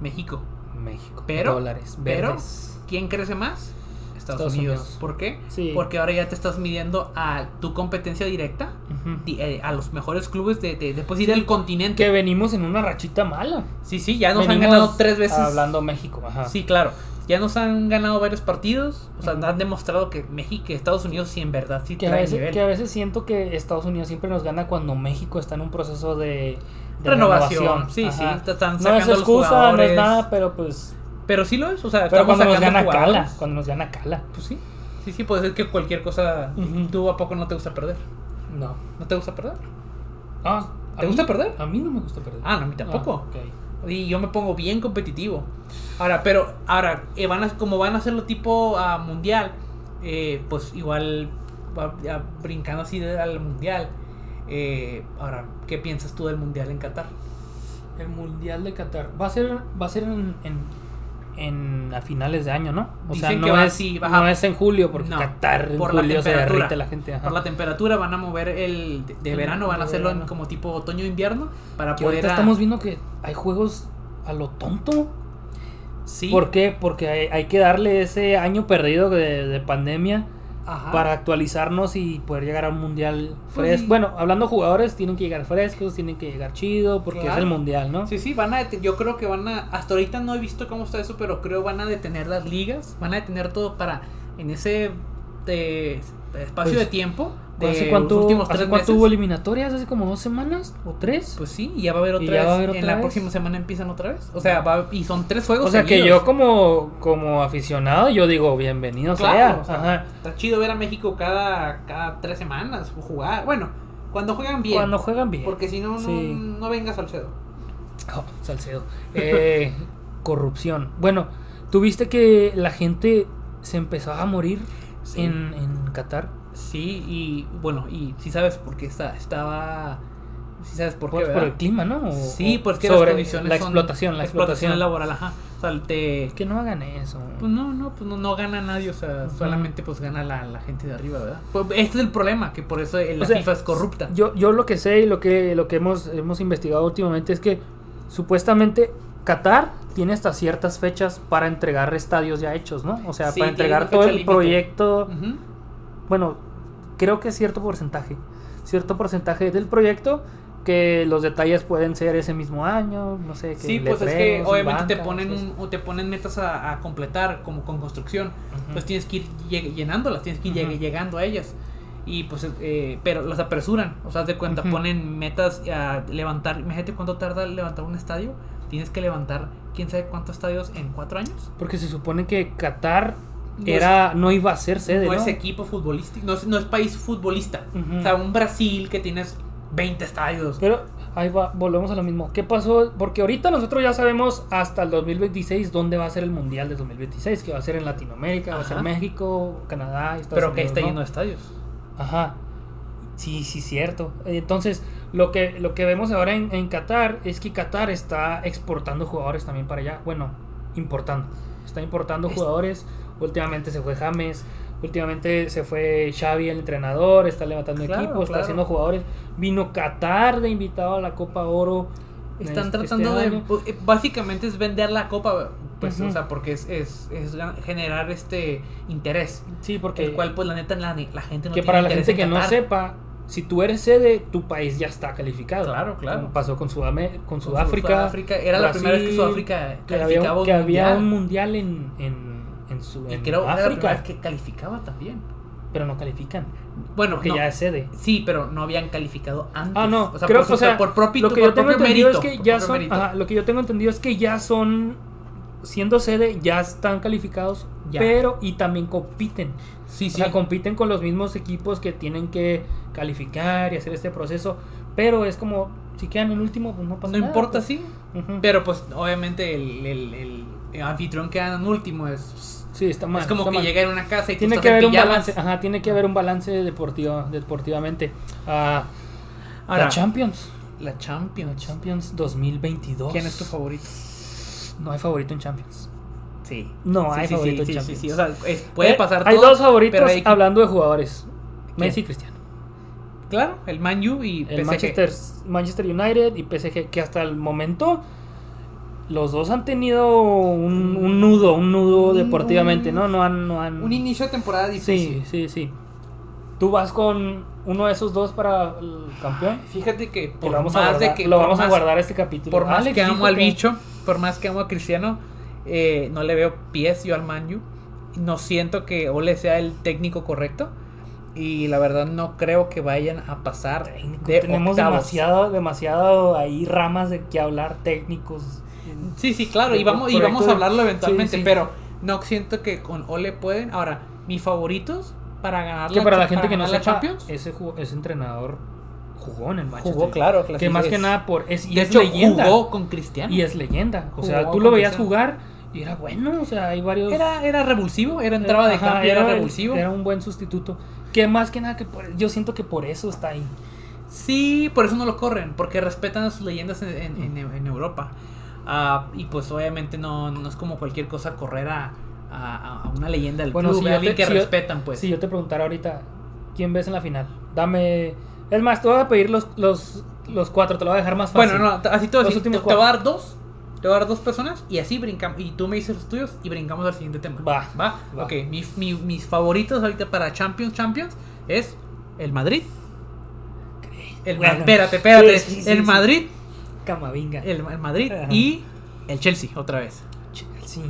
[SPEAKER 3] México.
[SPEAKER 2] México.
[SPEAKER 3] Pero-
[SPEAKER 2] Dólares.
[SPEAKER 3] pero-
[SPEAKER 2] verdes.
[SPEAKER 3] ¿Quién crece más? Estados,
[SPEAKER 2] Estados
[SPEAKER 3] Unidos.
[SPEAKER 2] Unidos.
[SPEAKER 3] ¿Por qué?
[SPEAKER 2] Sí.
[SPEAKER 3] Porque ahora ya te estás midiendo a tu competencia directa,
[SPEAKER 2] Ujú.
[SPEAKER 3] di- eh, a los mejores clubes de, de, de, pues, sí, del continente.
[SPEAKER 2] Que venimos en una rachita mala.
[SPEAKER 3] Sí, sí, ya nos
[SPEAKER 2] Venimos
[SPEAKER 3] han ganado tres veces.
[SPEAKER 2] Hablando México, ajá.
[SPEAKER 3] Sí, claro. Ya nos han ganado varios partidos. O sea,
[SPEAKER 2] Ujú.
[SPEAKER 3] han demostrado que México y Estados Unidos sí en verdad sí
[SPEAKER 2] Que a,
[SPEAKER 3] traen
[SPEAKER 2] veces,
[SPEAKER 3] nivel.
[SPEAKER 2] que a veces siento que Estados Unidos siempre nos gana cuando México está en un proceso de, de
[SPEAKER 3] Renovación. Sí,
[SPEAKER 2] Ajá.
[SPEAKER 3] sí. te Están
[SPEAKER 2] No
[SPEAKER 3] sacando
[SPEAKER 2] es
[SPEAKER 3] los
[SPEAKER 2] excusa, no es
[SPEAKER 3] jugadores.
[SPEAKER 2] nada, pero pues.
[SPEAKER 3] Pero sí lo es. O sea,
[SPEAKER 2] Pero
[SPEAKER 3] estamos
[SPEAKER 2] cuando nos
[SPEAKER 3] sacando
[SPEAKER 2] gana
[SPEAKER 3] jugadores.
[SPEAKER 2] Cala, cuando nos gana Cala.
[SPEAKER 3] Pues sí. Sí, sí, puede ser que cualquier cosa.
[SPEAKER 2] Ujú.
[SPEAKER 3] Tú a poco no te gusta perder.
[SPEAKER 2] No.
[SPEAKER 3] ¿No te gusta perder?
[SPEAKER 2] Ah, ¿a
[SPEAKER 3] ¿Te
[SPEAKER 2] mí?
[SPEAKER 3] gusta perder?
[SPEAKER 2] A mí no me gusta perder.
[SPEAKER 3] Ah, no, a mí tampoco.
[SPEAKER 2] Ah, ok.
[SPEAKER 3] Y yo me pongo bien competitivo. Ahora, pero, ahora, eh, van a, como van a hacerlo tipo ah, mundial, eh, pues igual va- ya brincando así de- al mundial. Eh, ahora, ¿qué piensas tú del mundial en Qatar?
[SPEAKER 2] El Mundial de Qatar. Va a ser, va a ser en, en, en- a finales de año, ¿no? O sea,
[SPEAKER 3] Dicen
[SPEAKER 2] no,
[SPEAKER 3] que va
[SPEAKER 2] es,
[SPEAKER 3] así, baja.
[SPEAKER 2] no es en julio, porque
[SPEAKER 3] No,
[SPEAKER 2] Qatar en
[SPEAKER 3] por la
[SPEAKER 2] julio se
[SPEAKER 3] temperatura.
[SPEAKER 2] derrite la gente. ajá.
[SPEAKER 3] Por la temperatura van a mover el de, de
[SPEAKER 2] El-
[SPEAKER 3] verano, van
[SPEAKER 2] de
[SPEAKER 3] a hacerlo en
[SPEAKER 2] verano.
[SPEAKER 3] como tipo otoño-invierno para
[SPEAKER 2] Que
[SPEAKER 3] poder...
[SPEAKER 2] ahorita
[SPEAKER 3] a-
[SPEAKER 2] estamos viendo que hay juegos a lo tonto.
[SPEAKER 3] Sí.
[SPEAKER 2] ¿Por qué? Porque hay, hay que darle ese año perdido de, de pandemia
[SPEAKER 3] Ajá.
[SPEAKER 2] para actualizarnos y poder llegar a un mundial
[SPEAKER 3] Pues
[SPEAKER 2] fresco.
[SPEAKER 3] sí.
[SPEAKER 2] Bueno, hablando de jugadores, tienen que llegar frescos, tienen que llegar chido, porque
[SPEAKER 3] Claro.
[SPEAKER 2] es el mundial, ¿no?
[SPEAKER 3] Sí, sí, van a dete- yo creo que van a hasta ahorita no he visto cómo está eso, pero creo van a detener las ligas, van a detener todo para en ese eh, espacio
[SPEAKER 2] Pues,
[SPEAKER 3] de tiempo de
[SPEAKER 2] ¿Hace
[SPEAKER 3] los
[SPEAKER 2] cuánto,
[SPEAKER 3] últimos
[SPEAKER 2] hace
[SPEAKER 3] tres
[SPEAKER 2] cuánto
[SPEAKER 3] meses.
[SPEAKER 2] hubo eliminatorias? ¿Hace como dos semanas o tres?
[SPEAKER 3] Pues sí, y ya va a haber otra
[SPEAKER 2] Y ya
[SPEAKER 3] vez.
[SPEAKER 2] va a haber
[SPEAKER 3] en
[SPEAKER 2] otra
[SPEAKER 3] la
[SPEAKER 2] vez.
[SPEAKER 3] próxima semana empiezan otra vez. O sea, va, y son tres juegos.
[SPEAKER 2] o sea que
[SPEAKER 3] seguidos.
[SPEAKER 2] yo como, como aficionado, yo digo, bienvenido
[SPEAKER 3] Claro,
[SPEAKER 2] sea.
[SPEAKER 3] o sea,
[SPEAKER 2] Ajá.
[SPEAKER 3] Está chido ver a México cada, cada tres semanas jugar. Bueno, cuando juegan bien.
[SPEAKER 2] Cuando juegan bien.
[SPEAKER 3] Porque si no, no,
[SPEAKER 2] Sí.
[SPEAKER 3] no vengas al cedo.
[SPEAKER 2] Oh, Salcedo. Eh, corrupción. Bueno, ¿tuviste que la gente se empezó a morir
[SPEAKER 3] Sí.
[SPEAKER 2] en, en Qatar?
[SPEAKER 3] Sí, y bueno, y si sabes por qué está, estaba. Si sabes por qué.
[SPEAKER 2] Pues, Por, por
[SPEAKER 3] ¿verdad?
[SPEAKER 2] el clima, ¿no? O-
[SPEAKER 3] Sí,
[SPEAKER 2] o
[SPEAKER 3] porque
[SPEAKER 2] sobre
[SPEAKER 3] las condiciones
[SPEAKER 2] La
[SPEAKER 3] son-
[SPEAKER 2] explotación, la explotación.
[SPEAKER 3] laboral, ajá. O sea, te-
[SPEAKER 2] Que no hagan eso.
[SPEAKER 3] pues no, no, pues no, no gana nadie, o sea,
[SPEAKER 2] Ujú.
[SPEAKER 3] solamente pues gana la, la gente de arriba, ¿verdad? Pues este es el problema, que por eso eh, la
[SPEAKER 2] O sea,
[SPEAKER 3] FIFA es corrupta.
[SPEAKER 2] Yo, yo lo que sé y lo que, lo que hemos, hemos investigado últimamente es que supuestamente Qatar tiene hasta ciertas fechas para entregar estadios ya hechos, ¿no? O sea,
[SPEAKER 3] Sí,
[SPEAKER 2] para
[SPEAKER 3] tiene una
[SPEAKER 2] entregar todo
[SPEAKER 3] fecha
[SPEAKER 2] el
[SPEAKER 3] límite.
[SPEAKER 2] proyecto.
[SPEAKER 3] Ujú.
[SPEAKER 2] Bueno, creo que es cierto porcentaje. Cierto porcentaje del proyecto que los detalles pueden ser ese mismo año, no sé. Que
[SPEAKER 3] Sí, pues es que
[SPEAKER 2] letreros y
[SPEAKER 3] obviamente te
[SPEAKER 2] bancas,
[SPEAKER 3] ponen
[SPEAKER 2] eso.
[SPEAKER 3] un- o te ponen metas a, a completar como con construcción.
[SPEAKER 2] Ujú.
[SPEAKER 3] Entonces pues tienes que ir lle- llenándolas, tienes que ir
[SPEAKER 2] Ujú.
[SPEAKER 3] llegue- llegando a ellas. Y pues, eh, pero las apresuran, o sea, haz de cuenta,
[SPEAKER 2] Ujú.
[SPEAKER 3] ponen metas a levantar. Imagínate cuánto tarda levantar un estadio. Tienes que levantar quién sabe cuántos estadios en cuatro años.
[SPEAKER 2] Porque se supone que Qatar
[SPEAKER 3] No
[SPEAKER 2] era, no iba a ser sede,
[SPEAKER 3] No
[SPEAKER 2] ¿no?
[SPEAKER 3] es equipo futbolístico, no es, no es país futbolista.
[SPEAKER 2] Ujú.
[SPEAKER 3] O sea, un Brasil que tienes 20 estadios.
[SPEAKER 2] Pero ahí va, volvemos a lo mismo. ¿Qué pasó? Porque ahorita nosotros ya sabemos hasta el 2026 dónde va a ser el Mundial del 2026, que va a ser en Latinoamérica, va a ser
[SPEAKER 3] Ajá.
[SPEAKER 2] México, Canadá, Estados
[SPEAKER 3] Pero que este
[SPEAKER 2] Unidos,
[SPEAKER 3] está
[SPEAKER 2] ¿no?
[SPEAKER 3] lleno de estadios.
[SPEAKER 2] Ajá. Sí, sí, cierto. Entonces, lo que, lo que vemos ahora en, en Qatar es que Qatar está exportando jugadores también para allá. Bueno, importando. Está importando
[SPEAKER 3] Es-
[SPEAKER 2] jugadores. Últimamente se fue James. Últimamente se fue Xavi, el entrenador. Está levantando
[SPEAKER 3] Claro,
[SPEAKER 2] equipo, está
[SPEAKER 3] claro.
[SPEAKER 2] haciendo jugadores. Vino Qatar de invitado a la Copa Oro.
[SPEAKER 3] Están
[SPEAKER 2] este- este
[SPEAKER 3] tratando de.
[SPEAKER 2] año.
[SPEAKER 3] pues, eh, Básicamente es vender la copa, pues,
[SPEAKER 2] Ujú.
[SPEAKER 3] o sea, porque es, es, es gan- generar este interés.
[SPEAKER 2] Sí, porque...
[SPEAKER 3] El cual, pues, la neta, la, la gente no
[SPEAKER 2] que
[SPEAKER 3] tiene
[SPEAKER 2] para la
[SPEAKER 3] interés
[SPEAKER 2] gente
[SPEAKER 3] en
[SPEAKER 2] que no pues,
[SPEAKER 3] Qatar.
[SPEAKER 2] sepa, si tú eres sede, tu país ya está calificado.
[SPEAKER 3] Claro, claro.
[SPEAKER 2] Como pasó con, Sudamé- con
[SPEAKER 3] Con
[SPEAKER 2] Sudáfrica.
[SPEAKER 3] Sudáfrica. Era la primera vez que
[SPEAKER 2] Brasil,
[SPEAKER 3] Sudáfrica
[SPEAKER 2] que había,
[SPEAKER 3] calificaba
[SPEAKER 2] un-
[SPEAKER 3] un
[SPEAKER 2] que había
[SPEAKER 3] mundial.
[SPEAKER 2] un mundial en, en, en su,
[SPEAKER 3] Y
[SPEAKER 2] en
[SPEAKER 3] creo que era la primera
[SPEAKER 2] África,
[SPEAKER 3] vez que calificaba también.
[SPEAKER 2] pero no califican,
[SPEAKER 3] Bueno,
[SPEAKER 2] porque
[SPEAKER 3] no,
[SPEAKER 2] ya es sede.
[SPEAKER 3] Sí, pero no habían calificado antes.
[SPEAKER 2] Ah, no,
[SPEAKER 3] O sea,
[SPEAKER 2] creo
[SPEAKER 3] por,
[SPEAKER 2] que, o sea,
[SPEAKER 3] por propio,
[SPEAKER 2] lo que
[SPEAKER 3] por
[SPEAKER 2] yo tengo
[SPEAKER 3] propio
[SPEAKER 2] entendido
[SPEAKER 3] mérito,
[SPEAKER 2] es que
[SPEAKER 3] por
[SPEAKER 2] ya
[SPEAKER 3] propio
[SPEAKER 2] son,
[SPEAKER 3] mérito.
[SPEAKER 2] ajá, lo que yo tengo entendido es que ya son, siendo sede, ya están calificados,
[SPEAKER 3] Ya.
[SPEAKER 2] pero y también compiten.
[SPEAKER 3] Sí,
[SPEAKER 2] O
[SPEAKER 3] sí.
[SPEAKER 2] sea, compiten con los mismos equipos que tienen que calificar y hacer este proceso, pero es como, si quedan en último, pues no pasa
[SPEAKER 3] no
[SPEAKER 2] nada.
[SPEAKER 3] importa,
[SPEAKER 2] pues.
[SPEAKER 3] sí.
[SPEAKER 2] Ujú.
[SPEAKER 3] Pero, pues, obviamente, el, el, el- el anfitrión que en último es.
[SPEAKER 2] Sí, está mal.
[SPEAKER 3] es como
[SPEAKER 2] está
[SPEAKER 3] que
[SPEAKER 2] mal.
[SPEAKER 3] llegar a una casa y tú
[SPEAKER 2] Tiene
[SPEAKER 3] estás
[SPEAKER 2] que
[SPEAKER 3] en
[SPEAKER 2] haber un
[SPEAKER 3] pijamas.
[SPEAKER 2] balance, ajá, tiene que haber un balance deportivo, deportivamente. Ah,
[SPEAKER 3] Ahora,
[SPEAKER 2] la Champions,
[SPEAKER 3] la Champions.
[SPEAKER 2] la Champions 2022.
[SPEAKER 3] ¿Quién es tu favorito?
[SPEAKER 2] No hay favorito en Champions.
[SPEAKER 3] Sí.
[SPEAKER 2] No
[SPEAKER 3] Sí,
[SPEAKER 2] hay
[SPEAKER 3] sí,
[SPEAKER 2] favorito en
[SPEAKER 3] sí, sí,
[SPEAKER 2] Champions.
[SPEAKER 3] sí, sí. O sea, es- puede
[SPEAKER 2] Eh,
[SPEAKER 3] pasar
[SPEAKER 2] Hay
[SPEAKER 3] todo,
[SPEAKER 2] dos favoritos
[SPEAKER 3] pero hay-
[SPEAKER 2] hablando de jugadores. Messi y
[SPEAKER 3] ¿Quién?
[SPEAKER 2] Cristiano.
[SPEAKER 3] Claro, el Man U y
[SPEAKER 2] El
[SPEAKER 3] PSG.
[SPEAKER 2] Manchester, Manchester United y PSG que hasta el momento los dos han tenido un, un nudo, un nudo
[SPEAKER 3] Un-
[SPEAKER 2] deportivamente,
[SPEAKER 3] un-
[SPEAKER 2] ¿no? No han, no han
[SPEAKER 3] Un inicio de temporada
[SPEAKER 2] Sí,
[SPEAKER 3] difícil.
[SPEAKER 2] sí, sí. Tú vas con uno de esos dos para el campeón.
[SPEAKER 3] Fíjate que
[SPEAKER 2] Que
[SPEAKER 3] por
[SPEAKER 2] lo vamos, a
[SPEAKER 3] más
[SPEAKER 2] guardar,
[SPEAKER 3] de que
[SPEAKER 2] lo
[SPEAKER 3] por
[SPEAKER 2] vamos a
[SPEAKER 3] más-
[SPEAKER 2] guardar este capítulo.
[SPEAKER 3] por más
[SPEAKER 2] Alex
[SPEAKER 3] que
[SPEAKER 2] dijo
[SPEAKER 3] amo al bicho, por más que amo a Cristiano, eh, no le veo pies yo al Man U. No siento que Ole sea el técnico correcto y la verdad no creo que vayan a pasar
[SPEAKER 2] Técnico,
[SPEAKER 3] de
[SPEAKER 2] tenemos
[SPEAKER 3] octavos.
[SPEAKER 2] demasiado, demasiado ahí ramas de que hablar técnicos.
[SPEAKER 3] Sí, sí, claro,
[SPEAKER 2] de
[SPEAKER 3] y vamos, y
[SPEAKER 2] proyecto
[SPEAKER 3] vamos
[SPEAKER 2] de-
[SPEAKER 3] a hablarlo eventualmente,
[SPEAKER 2] sí, sí.
[SPEAKER 3] pero no siento que con Ole pueden. Ahora, mis favoritos para ganar
[SPEAKER 2] que para la gente que no
[SPEAKER 3] ganar la
[SPEAKER 2] sepa,
[SPEAKER 3] Champions
[SPEAKER 2] ese, ju- ese entrenador jugó en el Manchester.
[SPEAKER 3] jugó, claro,
[SPEAKER 2] Que más que
[SPEAKER 3] es-
[SPEAKER 2] nada por es, y
[SPEAKER 3] de
[SPEAKER 2] es
[SPEAKER 3] hecho,
[SPEAKER 2] leyenda.
[SPEAKER 3] jugó con Cristiano.
[SPEAKER 2] Y es leyenda. O sea,
[SPEAKER 3] Jugó
[SPEAKER 2] tú lo
[SPEAKER 3] con
[SPEAKER 2] veías
[SPEAKER 3] Cristiano.
[SPEAKER 2] jugar y era bueno. O sea, hay varios. eh,
[SPEAKER 3] Era, era revulsivo, era entraba de
[SPEAKER 2] Ajá,
[SPEAKER 3] cambio, era,
[SPEAKER 2] el-
[SPEAKER 3] revulsivo.
[SPEAKER 2] Era un buen sustituto. Que más que nada, que por- yo siento que por eso está ahí.
[SPEAKER 3] Sí, por eso no lo corren, porque respetan a sus leyendas en, en- en- en Europa. Ah, y pues obviamente no, no es como cualquier cosa correr a, a- a una leyenda del
[SPEAKER 2] Bueno,
[SPEAKER 3] club,
[SPEAKER 2] si
[SPEAKER 3] a
[SPEAKER 2] yo
[SPEAKER 3] alguien
[SPEAKER 2] te-
[SPEAKER 3] que
[SPEAKER 2] si yo-
[SPEAKER 3] respetan, pues.
[SPEAKER 2] Si yo te preguntara ahorita, ¿quién ves en la final? Dame. Es más, te voy a pedir los, los, los cuatro, te lo voy a dejar más fácil.
[SPEAKER 3] bueno, no, así todo
[SPEAKER 2] Los
[SPEAKER 3] así, te,
[SPEAKER 2] últimos
[SPEAKER 3] te voy a dar dos te voy a dar dos personas y así brincamos. Y tú me dices los tuyos y brincamos al siguiente tema.
[SPEAKER 2] Va,
[SPEAKER 3] Va.
[SPEAKER 2] va.
[SPEAKER 3] Ok, mi- mi- mis favoritos ahorita para Champions Champions es el Madrid. El, Ma-
[SPEAKER 2] Bueno.
[SPEAKER 3] espérate, espérate.
[SPEAKER 2] Sí, sí, sí,
[SPEAKER 3] el
[SPEAKER 2] sí.
[SPEAKER 3] Madrid,
[SPEAKER 2] Camavinga.
[SPEAKER 3] el, el Madrid
[SPEAKER 2] Ajá.
[SPEAKER 3] y el Chelsea otra vez.
[SPEAKER 2] Chelsea.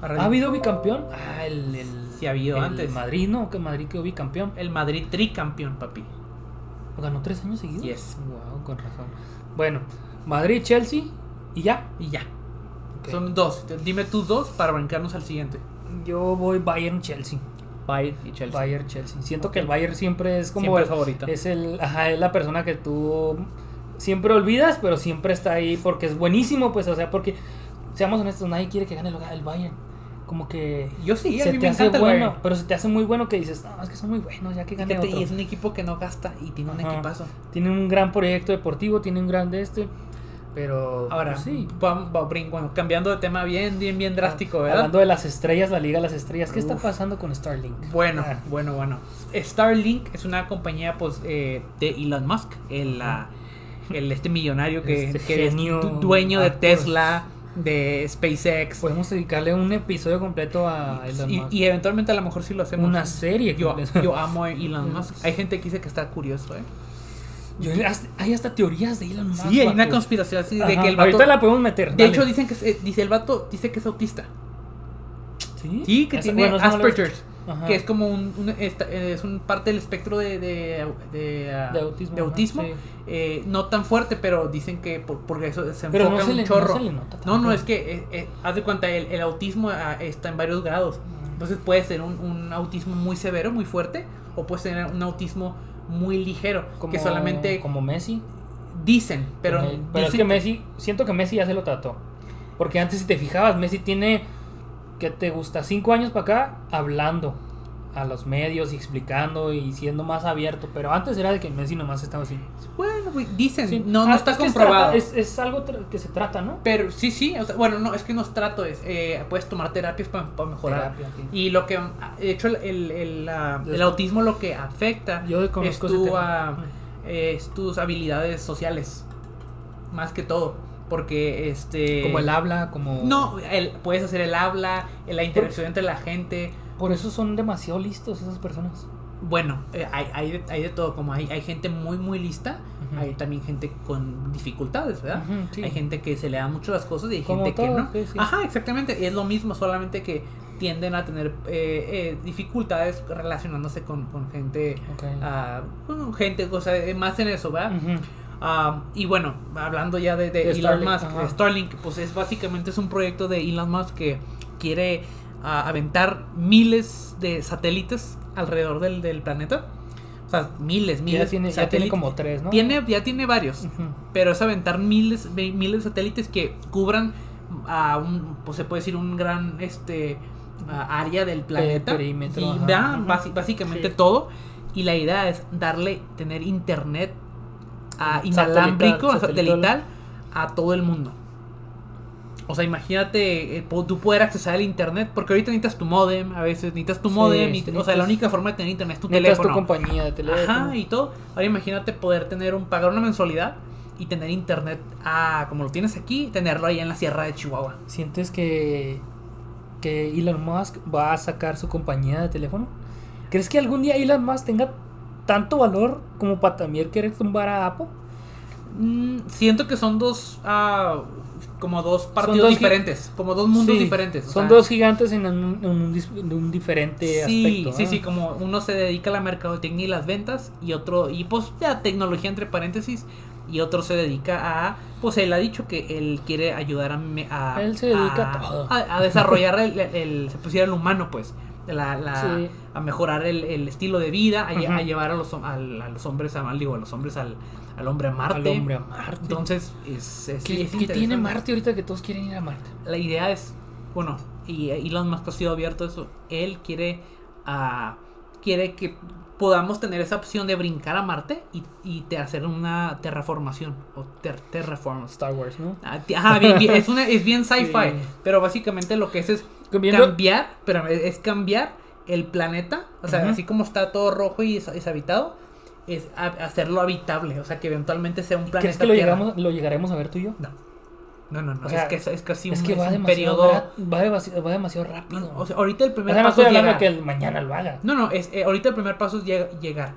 [SPEAKER 3] Ahora
[SPEAKER 2] ¿Ha habido bicampeón? Ah, el. el
[SPEAKER 3] Sí, ha habido
[SPEAKER 2] el
[SPEAKER 3] antes.
[SPEAKER 2] Madrid, ¿no? Que Madrid quedó bicampeón. Eh,
[SPEAKER 3] El Madrid tricampeón, papi.
[SPEAKER 2] Ganó tres años seguidos.
[SPEAKER 3] Yes.
[SPEAKER 2] Wow, con razón. Bueno, Madrid, Chelsea y ya.
[SPEAKER 3] Y ya.
[SPEAKER 2] Ok.
[SPEAKER 3] Son dos. Dime tus dos para brincarnos al siguiente.
[SPEAKER 2] Yo voy Bayern, Chelsea.
[SPEAKER 3] Bayern y Chelsea.
[SPEAKER 2] Bayern, Chelsea. Siento
[SPEAKER 3] Ok.
[SPEAKER 2] que el Bayern siempre es como
[SPEAKER 3] Siempre
[SPEAKER 2] el
[SPEAKER 3] el favorito.
[SPEAKER 2] Es el, ajá, es la persona que tú siempre olvidas, pero siempre está ahí porque es buenísimo, pues, o sea, porque seamos honestos, nadie quiere que gane el, el Bayern. Como que
[SPEAKER 3] Yo sí, a
[SPEAKER 2] se
[SPEAKER 3] mí
[SPEAKER 2] te
[SPEAKER 3] me
[SPEAKER 2] hace
[SPEAKER 3] encanta el
[SPEAKER 2] bueno,
[SPEAKER 3] Bayern.
[SPEAKER 2] pero se te hace muy bueno que dices, no, es que son muy buenos, ya que gane
[SPEAKER 3] Fíjate,
[SPEAKER 2] otro".
[SPEAKER 3] y es un equipo que no gasta y tiene un
[SPEAKER 2] Ajá.
[SPEAKER 3] equipazo.
[SPEAKER 2] Tiene un gran proyecto deportivo, tiene un gran de este, pero
[SPEAKER 3] Ahora,
[SPEAKER 2] pues, sí.
[SPEAKER 3] vamos, bueno, cambiando de tema bien, bien, bien drástico, ¿verdad?
[SPEAKER 2] Hablando de las estrellas, la liga de las estrellas, ¿qué está
[SPEAKER 3] Uf.
[SPEAKER 2] pasando con Starlink?
[SPEAKER 3] Bueno,
[SPEAKER 2] Ah,
[SPEAKER 3] bueno, bueno. Starlink es una compañía pues, eh, de Elon Musk, el, ah, el este millonario que,
[SPEAKER 2] Este
[SPEAKER 3] que es
[SPEAKER 2] genio
[SPEAKER 3] du- dueño de
[SPEAKER 2] Arthur.
[SPEAKER 3] Tesla, de SpaceX.
[SPEAKER 2] podemos dedicarle un episodio completo a Elon
[SPEAKER 3] y,
[SPEAKER 2] Musk.
[SPEAKER 3] y eventualmente a lo mejor sí lo hacemos.
[SPEAKER 2] una serie.
[SPEAKER 3] yo,
[SPEAKER 2] completa.
[SPEAKER 3] yo amo a Elon Musk. Hay gente que dice que está curioso, ¿eh?
[SPEAKER 2] Yo- hasta- hay hasta teorías de Elon Musk.
[SPEAKER 3] Sí, hay una
[SPEAKER 2] vato.
[SPEAKER 3] conspiración así de
[SPEAKER 2] Ajá,
[SPEAKER 3] que el vato...
[SPEAKER 2] Ahorita la podemos meter.
[SPEAKER 3] De
[SPEAKER 2] dale.
[SPEAKER 3] hecho, dicen que es- eh, dice el vato dice que es autista.
[SPEAKER 2] sí,
[SPEAKER 3] Sí, que
[SPEAKER 2] Esa-
[SPEAKER 3] tiene
[SPEAKER 2] bueno, esa no la-
[SPEAKER 3] Asperger,
[SPEAKER 2] Ajá.
[SPEAKER 3] que es como un, un- esta- eh, es un parte del espectro de, de, de, ah,
[SPEAKER 2] De autismo,
[SPEAKER 3] de
[SPEAKER 2] ajá,
[SPEAKER 3] autismo.
[SPEAKER 2] sí.
[SPEAKER 3] Eh, no tan fuerte, pero dicen que por- porque eso se
[SPEAKER 2] Pero
[SPEAKER 3] enfoca
[SPEAKER 2] no
[SPEAKER 3] en
[SPEAKER 2] se,
[SPEAKER 3] un
[SPEAKER 2] le, no
[SPEAKER 3] chorro.
[SPEAKER 2] se le nota tanto.
[SPEAKER 3] No, no, es que eh, eh, haz de cuenta, el, el autismo ah, está en varios grados. Entonces puede ser un, un autismo muy severo, muy fuerte, o puede ser un autismo muy ligero,
[SPEAKER 2] Como-
[SPEAKER 3] que solamente
[SPEAKER 2] Como Messi.
[SPEAKER 3] dicen, pero,
[SPEAKER 2] Como- pero es
[SPEAKER 3] dicen
[SPEAKER 2] que Messi. Siento que Messi ya se lo trató. Porque antes, si te fijabas, Messi tiene. ¿Qué te gusta? Cinco años para acá hablando a los medios y explicando y siendo más abierto. Pero antes era de que Messi nomás estaba así.
[SPEAKER 3] bueno, güey, dicen,
[SPEAKER 2] Sí.
[SPEAKER 3] no, no
[SPEAKER 2] Ah,
[SPEAKER 3] está
[SPEAKER 2] es que es
[SPEAKER 3] comprobado.
[SPEAKER 2] trata- Es, es algo tra- que se trata, ¿no?
[SPEAKER 3] Pero sí, sí, o sea, bueno, no, es que no es trato, es, eh, puedes tomar terapias para mejorar.
[SPEAKER 2] Terapia, sí.
[SPEAKER 3] Y lo que, ah, de hecho, el, el- el, ah,
[SPEAKER 2] Yo
[SPEAKER 3] el
[SPEAKER 2] sé.
[SPEAKER 3] autismo lo que afecta
[SPEAKER 2] Yo
[SPEAKER 3] es,
[SPEAKER 2] conozco ese
[SPEAKER 3] tu,
[SPEAKER 2] tema.
[SPEAKER 3] ah, eh, es tus habilidades sociales, más que todo, porque este...
[SPEAKER 2] como el habla, como.
[SPEAKER 3] No, el- puedes hacer el habla, la interacción entre la gente,
[SPEAKER 2] Por eso son demasiado listos esas personas.
[SPEAKER 3] bueno, eh, hay, hay, de, hay de todo, como hay, hay gente muy, muy lista,
[SPEAKER 2] Ujú.
[SPEAKER 3] hay también gente con dificultades, ¿verdad?
[SPEAKER 2] Ujú, sí.
[SPEAKER 3] Hay gente que se le da mucho las cosas y hay
[SPEAKER 2] Como
[SPEAKER 3] gente que
[SPEAKER 2] todo,
[SPEAKER 3] no.
[SPEAKER 2] sí, sí.
[SPEAKER 3] Ajá, exactamente, es lo mismo, solamente que tienden a tener eh, eh, dificultades relacionándose con, con gente,
[SPEAKER 2] Ok.
[SPEAKER 3] ah, bueno, gente, o sea, eh, más en eso, ¿verdad?
[SPEAKER 2] Ujú.
[SPEAKER 3] Ah, y bueno, hablando ya de, de
[SPEAKER 2] De
[SPEAKER 3] Elon
[SPEAKER 2] Starlink,
[SPEAKER 3] Musk,
[SPEAKER 2] ajá.
[SPEAKER 3] de Starlink, pues es básicamente es un proyecto de Elon Musk que quiere ah, aventar miles de satélites alrededor del, del planeta. O sea, miles, miles.
[SPEAKER 2] Ya tiene, ya tiene
[SPEAKER 3] satélites.
[SPEAKER 2] como tres, ¿no?
[SPEAKER 3] Tiene- ya tiene varios,
[SPEAKER 2] Ujú.
[SPEAKER 3] pero es aventar miles, de- miles de satélites que cubran a un, pues se puede decir un gran, este, ah, área del planeta.
[SPEAKER 2] perímetro,
[SPEAKER 3] y
[SPEAKER 2] ajá.
[SPEAKER 3] da
[SPEAKER 2] Ujú.
[SPEAKER 3] basi- básicamente
[SPEAKER 2] Sí.
[SPEAKER 3] todo. Y la idea es darle, tener internet ah,
[SPEAKER 2] Satelital,
[SPEAKER 3] inalámbrico, satelital,
[SPEAKER 2] satelital.
[SPEAKER 3] a todo el mundo. O sea, imagínate eh, po- tú poder accesar al internet, porque ahorita necesitas tu modem, a veces necesitas tu
[SPEAKER 2] Sí,
[SPEAKER 3] modem,
[SPEAKER 2] sí,
[SPEAKER 3] y te- o sea, la
[SPEAKER 2] necesitas-
[SPEAKER 3] única forma de tener internet es tu
[SPEAKER 2] Necesitas tu
[SPEAKER 3] teléfono.
[SPEAKER 2] compañía de teléfono.
[SPEAKER 3] Ajá, y todo. Ahora imagínate poder tener un, pagar una mensualidad y tener internet ah, como lo tienes aquí, tenerlo ahí en la sierra de Chihuahua.
[SPEAKER 2] ¿Sientes que, que Elon Musk va a sacar su compañía de teléfono? ¿Crees que algún día Elon Musk tenga tanto valor como para también querer tumbar a Apple?
[SPEAKER 3] Mm, siento que son dos ah, como dos partidos
[SPEAKER 2] dos gi-
[SPEAKER 3] diferentes, como dos mundos
[SPEAKER 2] Sí,
[SPEAKER 3] diferentes. o
[SPEAKER 2] Son
[SPEAKER 3] sea,
[SPEAKER 2] dos gigantes en un, en un dis- en un diferente
[SPEAKER 3] Sí,
[SPEAKER 2] aspecto.
[SPEAKER 3] sí,
[SPEAKER 2] ¿eh?
[SPEAKER 3] sí, como uno se dedica a la mercadotecnia y las ventas y otro y pues la tecnología entre paréntesis y otro se dedica a pues él ha dicho que él quiere ayudar a me- a,
[SPEAKER 2] Él se dedica a todo.
[SPEAKER 3] a, a desarrollar el, el- se pusiera el humano pues la- la-
[SPEAKER 2] Sí.
[SPEAKER 3] a mejorar el, el estilo de vida a, lle- a
[SPEAKER 2] Ujú.
[SPEAKER 3] llevar a los hom- al- a los hombres a digo a los hombres al, al hombre a Marte
[SPEAKER 2] Al hombre a Marte.
[SPEAKER 3] entonces es, es-
[SPEAKER 2] ¿Qué,
[SPEAKER 3] es
[SPEAKER 2] qué tiene
[SPEAKER 3] interesante.
[SPEAKER 2] Marte ahorita que todos quieren ir a Marte?
[SPEAKER 3] La idea es, bueno, y eh, Elon Musk ha sido abierto a eso. Él quiere, ah, quiere que podamos tener esa opción de brincar a Marte y, y te hacer una terraformación o ter, terraform.
[SPEAKER 2] Star Wars, ¿no?
[SPEAKER 3] Ah, ti- Ajá, bien, bien, es, una, es bien sci-fi,
[SPEAKER 2] Sí.
[SPEAKER 3] pero básicamente lo que es es
[SPEAKER 2] Cambiando-
[SPEAKER 3] cambiar, pero es es cambiar el planeta, o sea,
[SPEAKER 2] Ujú.
[SPEAKER 3] así como está todo rojo y des- deshabitado, es ha- hacerlo habitable, o sea, que eventualmente sea un planeta.
[SPEAKER 2] ¿Crees que lo,
[SPEAKER 3] Tierra.
[SPEAKER 2] llegamos, lo llegaremos a ver tú y yo?
[SPEAKER 3] No. No, no, no.
[SPEAKER 2] O sea,
[SPEAKER 3] es que es, es casi un,
[SPEAKER 2] Es que
[SPEAKER 3] es
[SPEAKER 2] va
[SPEAKER 3] un
[SPEAKER 2] demasiado,
[SPEAKER 3] periodo.
[SPEAKER 2] gra- va, demasiado, va demasiado rápido.
[SPEAKER 3] No, o sea, ahorita el
[SPEAKER 2] O
[SPEAKER 3] primer
[SPEAKER 2] sea, no
[SPEAKER 3] paso
[SPEAKER 2] estoy
[SPEAKER 3] es
[SPEAKER 2] hablando
[SPEAKER 3] llegar.
[SPEAKER 2] que el mañana lo haga.
[SPEAKER 3] No, no, es, eh, ahorita el primer paso es lleg- llegar.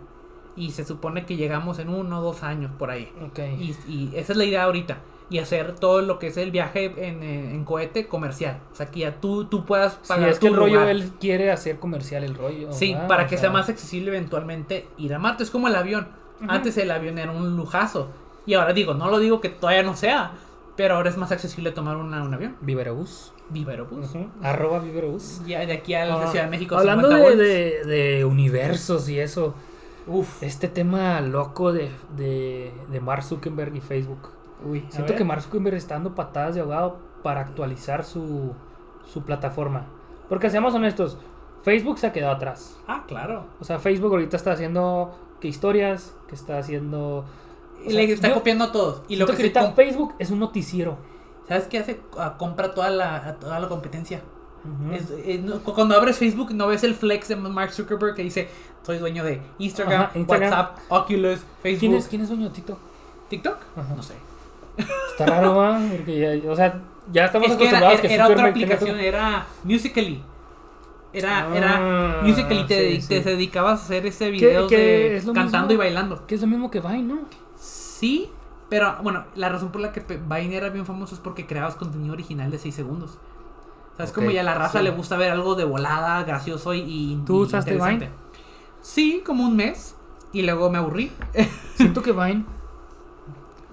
[SPEAKER 3] Y se supone que llegamos en uno o dos años por ahí.
[SPEAKER 2] Ok.
[SPEAKER 3] Y, y esa es la idea ahorita. Y hacer todo lo que es el viaje en, eh, en cohete comercial. O sea, que ya tú, tú puedas
[SPEAKER 2] Sí,
[SPEAKER 3] pagar
[SPEAKER 2] es que
[SPEAKER 3] tu
[SPEAKER 2] el rollo
[SPEAKER 3] lugar.
[SPEAKER 2] él quiere hacer comercial el rollo.
[SPEAKER 3] Sí,
[SPEAKER 2] ¿verdad?
[SPEAKER 3] para
[SPEAKER 2] O
[SPEAKER 3] que sea más e- accesible eventualmente ir a Marte. Es como el avión.
[SPEAKER 2] Ujú.
[SPEAKER 3] Antes el avión era un lujazo. Y ahora digo, no lo digo que todavía no sea. Pero ahora es más accesible tomar una- un avión.
[SPEAKER 2] Viverobús.
[SPEAKER 3] Viverobús.
[SPEAKER 2] Ujú, Arroba Viverobús.
[SPEAKER 3] Ya de aquí a la
[SPEAKER 2] Ah,
[SPEAKER 3] Ciudad de México.
[SPEAKER 2] Hablando
[SPEAKER 3] 50
[SPEAKER 2] de,
[SPEAKER 3] volts.
[SPEAKER 2] de- de universos y eso.
[SPEAKER 3] Uf.
[SPEAKER 2] Este tema loco de, de, de Mark Zuckerberg y Facebook.
[SPEAKER 3] Uy, a
[SPEAKER 2] Siento
[SPEAKER 3] ver.
[SPEAKER 2] que Mark Zuckerberg está dando patadas de ahogado para actualizar su, su plataforma. Porque seamos honestos, Facebook se ha quedado atrás.
[SPEAKER 3] Ah, claro.
[SPEAKER 2] O sea, Facebook ahorita está haciendo que historias, que está haciendo...
[SPEAKER 3] Y
[SPEAKER 2] O sea,
[SPEAKER 3] le está
[SPEAKER 2] yo-
[SPEAKER 3] copiando a todos. Y lo que,
[SPEAKER 2] Siento
[SPEAKER 3] se
[SPEAKER 2] ahorita
[SPEAKER 3] comp-
[SPEAKER 2] Facebook es un noticiero.
[SPEAKER 3] ¿Sabes qué hace? Ah, compra toda la, a toda la competencia.
[SPEAKER 2] Ujú.
[SPEAKER 3] Es- es- no- cu- cuando abres Facebook no ves el flex de Mark Zuckerberg que dice, soy dueño de Instagram,
[SPEAKER 2] Ajá, Instagram.
[SPEAKER 3] WhatsApp, Oculus, Facebook,
[SPEAKER 2] ¿Quién, es, ¿Quién es dueño de TikTok?
[SPEAKER 3] TikTok.
[SPEAKER 2] Ajá.
[SPEAKER 3] No sé.
[SPEAKER 2] Está raro, ¿va? Porque ya, o sea, ya estamos
[SPEAKER 3] Es que era,
[SPEAKER 2] acostumbrados
[SPEAKER 3] era-
[SPEAKER 2] que
[SPEAKER 3] era otra
[SPEAKER 2] Zuckerberg tenga
[SPEAKER 3] aplicación, era Musical.ly. Era,
[SPEAKER 2] Ah,
[SPEAKER 3] era Musical.ly, te,
[SPEAKER 2] sí,
[SPEAKER 3] te
[SPEAKER 2] sí.
[SPEAKER 3] dedicabas a hacer este video
[SPEAKER 2] que
[SPEAKER 3] de
[SPEAKER 2] es lo
[SPEAKER 3] cantando
[SPEAKER 2] mismo?
[SPEAKER 3] y bailando.
[SPEAKER 2] todo. Que es lo mismo que Vine, ¿no?
[SPEAKER 3] Sí, pero bueno, la razón por la que pe- Vine era bien famoso es porque creabas contenido original de 6 segundos. O sea, es
[SPEAKER 2] Ok,
[SPEAKER 3] como ya la raza
[SPEAKER 2] sí.
[SPEAKER 3] le gusta ver algo de volada, gracioso y, y-
[SPEAKER 2] ¿Tú
[SPEAKER 3] y
[SPEAKER 2] usaste
[SPEAKER 3] interesante.
[SPEAKER 2] Vine?
[SPEAKER 3] Sí, como un mes. Y luego me aburrí.
[SPEAKER 2] Siento que Vine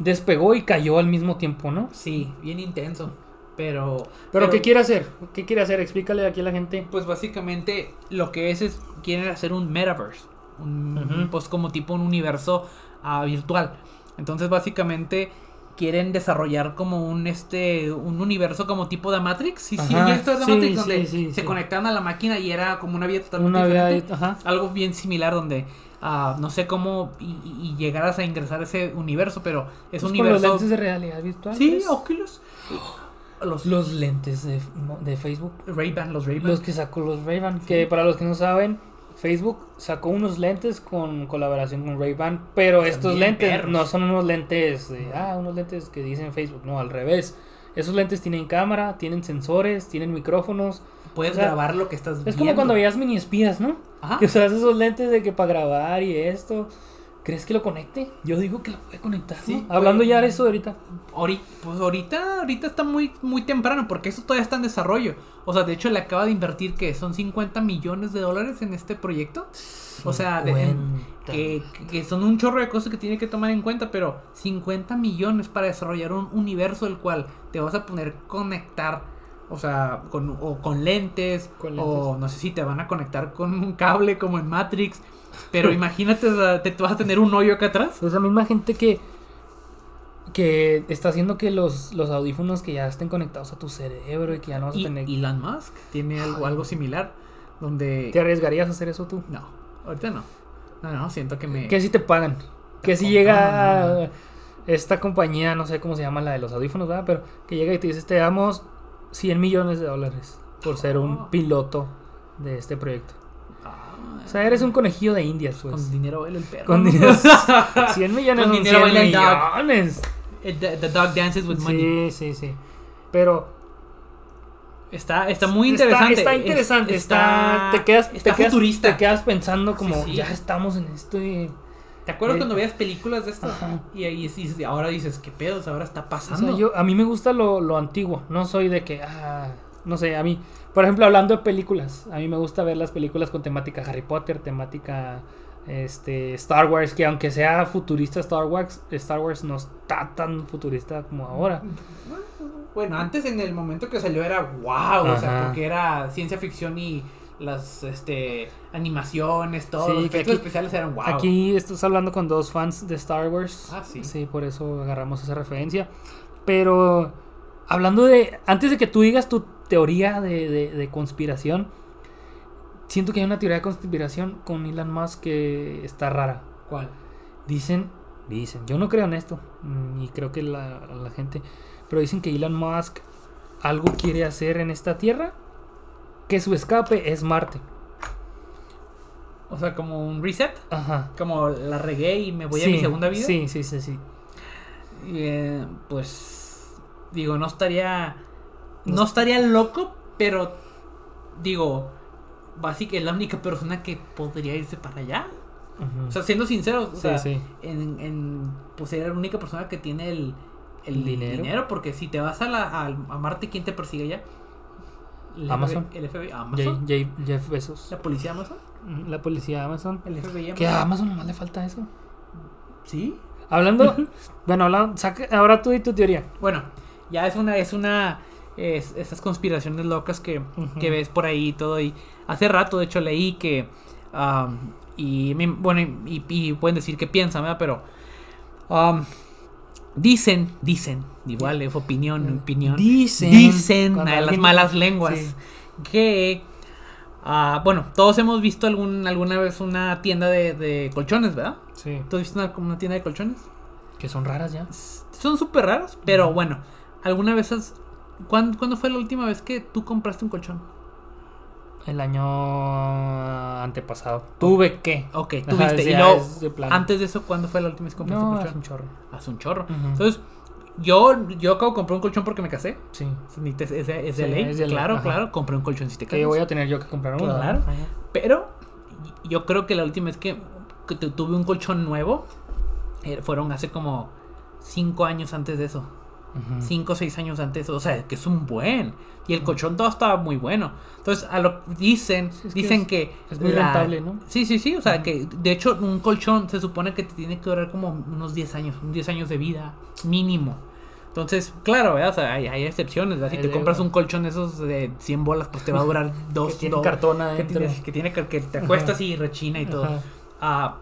[SPEAKER 2] despegó y cayó al mismo tiempo, ¿no?
[SPEAKER 3] sí, bien intenso. Pero.
[SPEAKER 2] Pero, ¿qué quiere hacer? ¿Qué quiere hacer? Explícale aquí a la gente.
[SPEAKER 3] Pues básicamente lo que es es quieren hacer un metaverse, un,
[SPEAKER 2] Ujú.
[SPEAKER 3] pues como tipo un universo ah, virtual. Entonces básicamente quieren desarrollar como un este un universo como tipo de Matrix, sí, sí,
[SPEAKER 2] Ajá,
[SPEAKER 3] ¿ya esto es la
[SPEAKER 2] sí,
[SPEAKER 3] Matrix
[SPEAKER 2] sí,
[SPEAKER 3] donde
[SPEAKER 2] sí,
[SPEAKER 3] se
[SPEAKER 2] sí.
[SPEAKER 3] conectaban a la máquina y era como una vía totalmente
[SPEAKER 2] Una vez
[SPEAKER 3] diferente.
[SPEAKER 2] ahí- ajá.
[SPEAKER 3] Algo bien similar donde ah, no sé cómo y, y- y llegaras a ingresar a ese universo, pero es
[SPEAKER 2] Pues
[SPEAKER 3] un
[SPEAKER 2] con los
[SPEAKER 3] universo
[SPEAKER 2] lentes de realidad virtual.
[SPEAKER 3] sí,
[SPEAKER 2] ¿crees?
[SPEAKER 3] Oculus, los,
[SPEAKER 2] Los lentes de, de Facebook.
[SPEAKER 3] Ray-Ban, los Ray-Ban.
[SPEAKER 2] Los que sacó los Ray-Ban. Que para los que no saben, Facebook sacó unos lentes con colaboración con Ray-Ban. Pero estos
[SPEAKER 3] bien
[SPEAKER 2] lentes
[SPEAKER 3] perros.
[SPEAKER 2] no son unos lentes de, ah, unos lentes que dicen Facebook. No, al revés. Esos lentes tienen cámara, tienen sensores, tienen micrófonos. o
[SPEAKER 3] Puedes
[SPEAKER 2] sea,
[SPEAKER 3] grabar lo que estás viendo. Ah.
[SPEAKER 2] Es como cuando veías mini espías, ¿no?
[SPEAKER 3] Ajá.
[SPEAKER 2] Que usas esos lentes de que para grabar y esto. ¿Crees que lo conecte? Yo digo que lo puede conectar. ¿no?
[SPEAKER 3] Sí,
[SPEAKER 2] Hablando
[SPEAKER 3] puede.
[SPEAKER 2] ya de eso ahorita.
[SPEAKER 3] Ahori- pues ahorita, ahorita está muy, muy temprano porque eso todavía está en desarrollo. O sea, de hecho le acaba de invertir que son 50 millones de dólares en este proyecto. O sea, de-
[SPEAKER 2] Cincuenta.
[SPEAKER 3] que, que son un chorro de cosas que tiene que tomar en cuenta, pero 50 millones para desarrollar un universo el cual te vas a poner conectar, o sea, con, o con lentes,
[SPEAKER 2] Con
[SPEAKER 3] o
[SPEAKER 2] lentes.
[SPEAKER 3] no sé si te van a conectar con un cable como en Matrix, pero imagínate, o sea, te, te vas a tener un hoyo acá atrás.
[SPEAKER 2] Es la Pues misma gente que que está haciendo que los, los audífonos que ya estén conectados a tu cerebro y que ya no vas a
[SPEAKER 3] Y
[SPEAKER 2] tener.
[SPEAKER 3] Elon Musk tiene algo, algo similar, donde...
[SPEAKER 2] ¿Te arriesgarías a hacer eso tú?
[SPEAKER 3] No, ahorita no. No, no, siento que me.
[SPEAKER 2] Que si te pagan. Que si
[SPEAKER 3] compran
[SPEAKER 2] llega
[SPEAKER 3] una-
[SPEAKER 2] esta compañía, no sé cómo se llama la de los audífonos, ¿verdad? Pero que llega y te dice, te damos 100 millones de dólares por ser un
[SPEAKER 3] Oh.
[SPEAKER 2] piloto de este proyecto.
[SPEAKER 3] Ah,
[SPEAKER 2] O sea, eres un conejillo de indias, pues.
[SPEAKER 3] Con dinero baila el perro.
[SPEAKER 2] Con
[SPEAKER 3] ¿no?
[SPEAKER 2] dinero. 100 millones
[SPEAKER 3] Con
[SPEAKER 2] son
[SPEAKER 3] dinero
[SPEAKER 2] 100
[SPEAKER 3] baila el dog.
[SPEAKER 2] millones.
[SPEAKER 3] El- the, the dog dances with money.
[SPEAKER 2] Sí, sí, sí. Pero
[SPEAKER 3] Está, está muy
[SPEAKER 2] Está-
[SPEAKER 3] interesante.
[SPEAKER 2] Está,
[SPEAKER 3] Es-
[SPEAKER 2] interesante. Está, te quedas,
[SPEAKER 3] está
[SPEAKER 2] te quedas-
[SPEAKER 3] futurista.
[SPEAKER 2] te quedas pensando como
[SPEAKER 3] sí.
[SPEAKER 2] ya estamos en este esto y
[SPEAKER 3] ¿Te acuerdas
[SPEAKER 2] Eh,
[SPEAKER 3] cuando veías películas de esto?
[SPEAKER 2] ajá.
[SPEAKER 3] Y ahí sí- sí, ahora dices, ¿qué pedos? Ahora está
[SPEAKER 2] o
[SPEAKER 3] pasando.
[SPEAKER 2] sea, yo- a mí me gusta lo, lo antiguo. No soy de que ah, no sé, a mí, por ejemplo, hablando de películas, a mí me gusta ver las películas con temática Harry Potter, temática este Star Wars, que aunque sea futurista Star Wars, Star Wars no está tan futurista como ahora.
[SPEAKER 3] Bueno, antes en el momento que salió era wow, o sea,
[SPEAKER 2] Ajá.
[SPEAKER 3] porque era ciencia ficción y las este animaciones, todo,
[SPEAKER 2] Sí,
[SPEAKER 3] los
[SPEAKER 2] que
[SPEAKER 3] efectos
[SPEAKER 2] aquí-
[SPEAKER 3] especiales eran wow.
[SPEAKER 2] Aquí estás hablando con dos fans de Star Wars.
[SPEAKER 3] Ah, sí.
[SPEAKER 2] Sí, por eso agarramos esa referencia. Pero hablando de. Antes de que tú digas tu teoría de, de- de conspiración, siento que hay una teoría de conspiración con Elon Musk que está rara.
[SPEAKER 3] ¿Cuál?
[SPEAKER 2] Dicen, dicen, yo no creo en esto, mm, y creo que la, la gente, pero dicen que Elon Musk algo quiere hacer en esta tierra, que su escape es Marte.
[SPEAKER 3] O sea, como un reset,
[SPEAKER 2] Ajá.
[SPEAKER 3] como la regué y me voy a
[SPEAKER 2] Sí,
[SPEAKER 3] mi segunda vida.
[SPEAKER 2] Sí, sí, sí, sí.
[SPEAKER 3] Eh, pues Digo, no estaría. No estaría loco, pero. Digo, básicamente es la única persona que podría irse para allá. O sea, siendo sinceros, o
[SPEAKER 2] Sí,
[SPEAKER 3] sea,
[SPEAKER 2] sí.
[SPEAKER 3] En, en, pues era la única persona que tiene el, el
[SPEAKER 2] El dinero.
[SPEAKER 3] dinero. porque si te vas a, la, a, a Marte, ¿quién te persigue allá? El
[SPEAKER 2] Amazon.
[SPEAKER 3] FBI, el FBI,
[SPEAKER 2] Jay-
[SPEAKER 3] Amazon.
[SPEAKER 2] Jay- Jeff Bezos.
[SPEAKER 3] La policía Amazon.
[SPEAKER 2] La policía de Amazon.
[SPEAKER 3] El FBI
[SPEAKER 2] Que a
[SPEAKER 3] Amazon.
[SPEAKER 2] Amazon nomás le falta eso.
[SPEAKER 3] Sí.
[SPEAKER 2] Hablando. bueno, habla- saca- ahora tú y tu teoría.
[SPEAKER 3] Bueno, ya es una, es una, es- esas conspiraciones locas que,
[SPEAKER 2] Ujú.
[SPEAKER 3] que ves por ahí y todo. Y hace rato, de hecho, leí que, am, y me- bueno, y, y pueden decir que piensan, ¿verdad? Pero am, dicen, dicen, igual es opinión, opinión.
[SPEAKER 2] Eh, Dicen.
[SPEAKER 3] Dicen
[SPEAKER 2] Cuando
[SPEAKER 3] a las
[SPEAKER 2] alguien-
[SPEAKER 3] malas lenguas
[SPEAKER 2] Sí.
[SPEAKER 3] que, ah, bueno, todos hemos visto algún, alguna vez una tienda de, de colchones, ¿verdad?
[SPEAKER 2] Sí.
[SPEAKER 3] ¿Tú has visto una, una tienda de colchones?
[SPEAKER 2] Que son raras ya.
[SPEAKER 3] Son súper raros, pero bueno, alguna vez has... ¿Cuándo, cuándo fue la última vez que tú compraste un colchón?
[SPEAKER 2] El año antepasado. Tuve que.
[SPEAKER 3] Ok,
[SPEAKER 2] Ajá,
[SPEAKER 3] tuviste.
[SPEAKER 2] sí,
[SPEAKER 3] y
[SPEAKER 2] ah,
[SPEAKER 3] luego,
[SPEAKER 2] es de plano.
[SPEAKER 3] antes de eso, ¿cuándo fue la última vez que compraste un
[SPEAKER 2] No, es un
[SPEAKER 3] colchón?
[SPEAKER 2] chorro.
[SPEAKER 3] Hace un chorro.
[SPEAKER 2] Ujú.
[SPEAKER 3] Entonces, yo, yo acabo de comprar un colchón porque me casé.
[SPEAKER 2] Sí.
[SPEAKER 3] O sea, ni te- Es de, es de
[SPEAKER 2] Sí,
[SPEAKER 3] ley.
[SPEAKER 2] es de ley,
[SPEAKER 3] claro,
[SPEAKER 2] ajá.
[SPEAKER 3] claro. Compré un colchón si te
[SPEAKER 2] Que
[SPEAKER 3] casas.
[SPEAKER 2] voy a tener yo que comprar uno.
[SPEAKER 3] Claro.
[SPEAKER 2] Ajá.
[SPEAKER 3] Pero yo creo que la última vez que, que tu- tuve un colchón nuevo eh, fueron hace como cinco años antes de eso.
[SPEAKER 2] Ujú.
[SPEAKER 3] 5 o 6 años antes, o sea, que es un buen. Y el colchón todo estaba muy bueno. Entonces, a lo dicen,
[SPEAKER 2] Sí, es que
[SPEAKER 3] dicen
[SPEAKER 2] es-
[SPEAKER 3] que
[SPEAKER 2] es muy rentable, ¿no?
[SPEAKER 3] Sí, sí, sí, o sea, que de hecho un colchón se supone que te tiene que durar como unos 10 años, un 10 años de vida mínimo. Entonces, claro, ¿verdad? O sea, hay, hay excepciones, ¿verdad? Si
[SPEAKER 2] Hay
[SPEAKER 3] te
[SPEAKER 2] de-
[SPEAKER 3] compras un colchón de esos de 100 bolas, pues te va a durar dos,
[SPEAKER 2] Que tiene
[SPEAKER 3] dos-
[SPEAKER 2] cartón
[SPEAKER 3] que
[SPEAKER 2] adentro.
[SPEAKER 3] tiene, que tiene car- que te acuestas y rechina y todo.
[SPEAKER 2] Ajá.
[SPEAKER 3] Ah,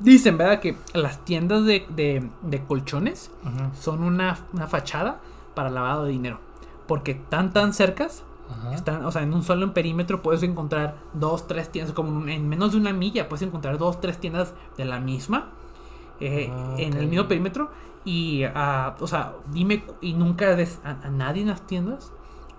[SPEAKER 3] dicen, ¿verdad? Que las tiendas de, de- de colchones
[SPEAKER 2] Ajá.
[SPEAKER 3] son una, una fachada para lavado de dinero. Porque están tan cercas,
[SPEAKER 2] Ajá.
[SPEAKER 3] están, o sea, en un solo perímetro puedes encontrar dos, tres tiendas, como en- en menos de una milla puedes encontrar dos, tres tiendas de la misma, eh,
[SPEAKER 2] Ah,
[SPEAKER 3] en
[SPEAKER 2] ok.
[SPEAKER 3] el mismo perímetro. Y, ah, o sea, dime, cu- y nunca des a, a nadie en las tiendas,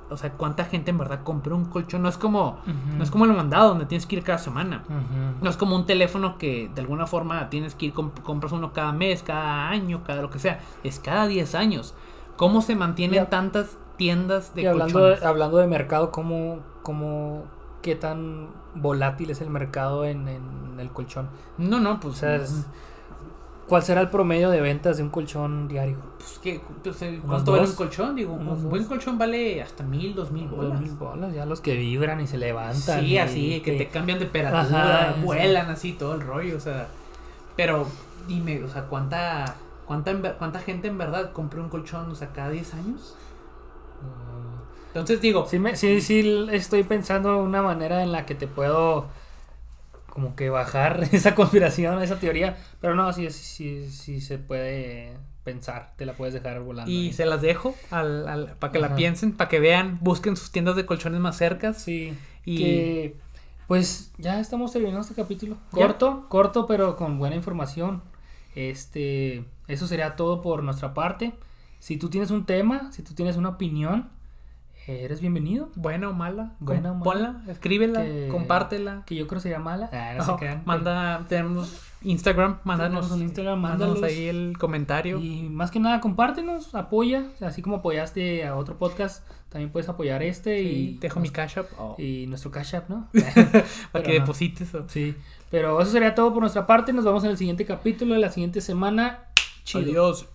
[SPEAKER 3] o sea, cuánta gente en verdad compró un colchón. No es como,
[SPEAKER 2] Ujú.
[SPEAKER 3] no es como el mandado donde tienes que ir cada semana.
[SPEAKER 2] Ujú.
[SPEAKER 3] No es como un teléfono que de alguna forma tienes que ir, comp- compras uno cada mes, cada año, cada lo que sea. Es cada 10 años. ¿Cómo se mantienen
[SPEAKER 2] Ya.
[SPEAKER 3] tantas tiendas de
[SPEAKER 2] Y hablando
[SPEAKER 3] colchones?
[SPEAKER 2] de, hablando de mercado, ¿cómo, cómo, qué tan volátil es el mercado en, en el colchón?
[SPEAKER 3] No, no, pues,
[SPEAKER 2] O sea, es- ¿cuál será el promedio de ventas de un colchón diario?
[SPEAKER 3] pues, ¿qué? Pues, eh,
[SPEAKER 2] unos
[SPEAKER 3] ¿cuánto vale
[SPEAKER 2] dos,
[SPEAKER 3] un colchón? Digo,
[SPEAKER 2] unos
[SPEAKER 3] un buen
[SPEAKER 2] dos.
[SPEAKER 3] colchón vale hasta mil, dos mil
[SPEAKER 2] Dos
[SPEAKER 3] bolas.
[SPEAKER 2] mil bolas, ya los que vibran y se levantan.
[SPEAKER 3] Sí,
[SPEAKER 2] y
[SPEAKER 3] así, que te cambian de temperatura,
[SPEAKER 2] Ajá, sí.
[SPEAKER 3] vuelan así todo el rollo, o sea. Pero dime, o sea, ¿cuánta, cuánta, en ver- cuánta gente en verdad compró un colchón, o sea, cada 10 años? Entonces digo,
[SPEAKER 2] Sí, me- sí, sí, estoy pensando una manera en la que te puedo como que bajar esa conspiración, esa teoría, pero no, sí, sí, sí, sí se puede pensar, te la puedes dejar volando.
[SPEAKER 3] Y
[SPEAKER 2] ahí.
[SPEAKER 3] se las dejo al, al- para que
[SPEAKER 2] Ajá.
[SPEAKER 3] la piensen, para que vean, busquen sus tiendas de colchones más cercas.
[SPEAKER 2] Sí.
[SPEAKER 3] Y-
[SPEAKER 2] que, pues ya estamos terminando este capítulo.
[SPEAKER 3] Ya.
[SPEAKER 2] Corto, corto, pero con buena información. Este, eso sería todo por nuestra parte. Si tú tienes un tema, si tú tienes una opinión, eh, eres bienvenido.
[SPEAKER 3] Buena o mala, com-
[SPEAKER 2] Buena o mala.
[SPEAKER 3] ponla, escríbela,
[SPEAKER 2] Que-
[SPEAKER 3] compártela.
[SPEAKER 2] Que yo creo sería mala. Ah, no se
[SPEAKER 3] Ojo,
[SPEAKER 2] crean.
[SPEAKER 3] manda, tenemos Instagram, mándanos,
[SPEAKER 2] Tenemos un Instagram,
[SPEAKER 3] mándanos
[SPEAKER 2] mándalos.
[SPEAKER 3] ahí el comentario.
[SPEAKER 2] Y más que nada, compártenos, apoya. Así como apoyaste a otro podcast, también puedes apoyar este
[SPEAKER 3] y
[SPEAKER 2] y,
[SPEAKER 3] dejo mi cash app oh,
[SPEAKER 2] y nuestro Cash App, ¿no?
[SPEAKER 3] para
[SPEAKER 2] pero
[SPEAKER 3] que
[SPEAKER 2] no.
[SPEAKER 3] deposites. oh. o-
[SPEAKER 2] Sí, pero eso sería todo por nuestra parte. Nos vemos en el siguiente capítulo de la siguiente semana. Chido.
[SPEAKER 3] Adiós.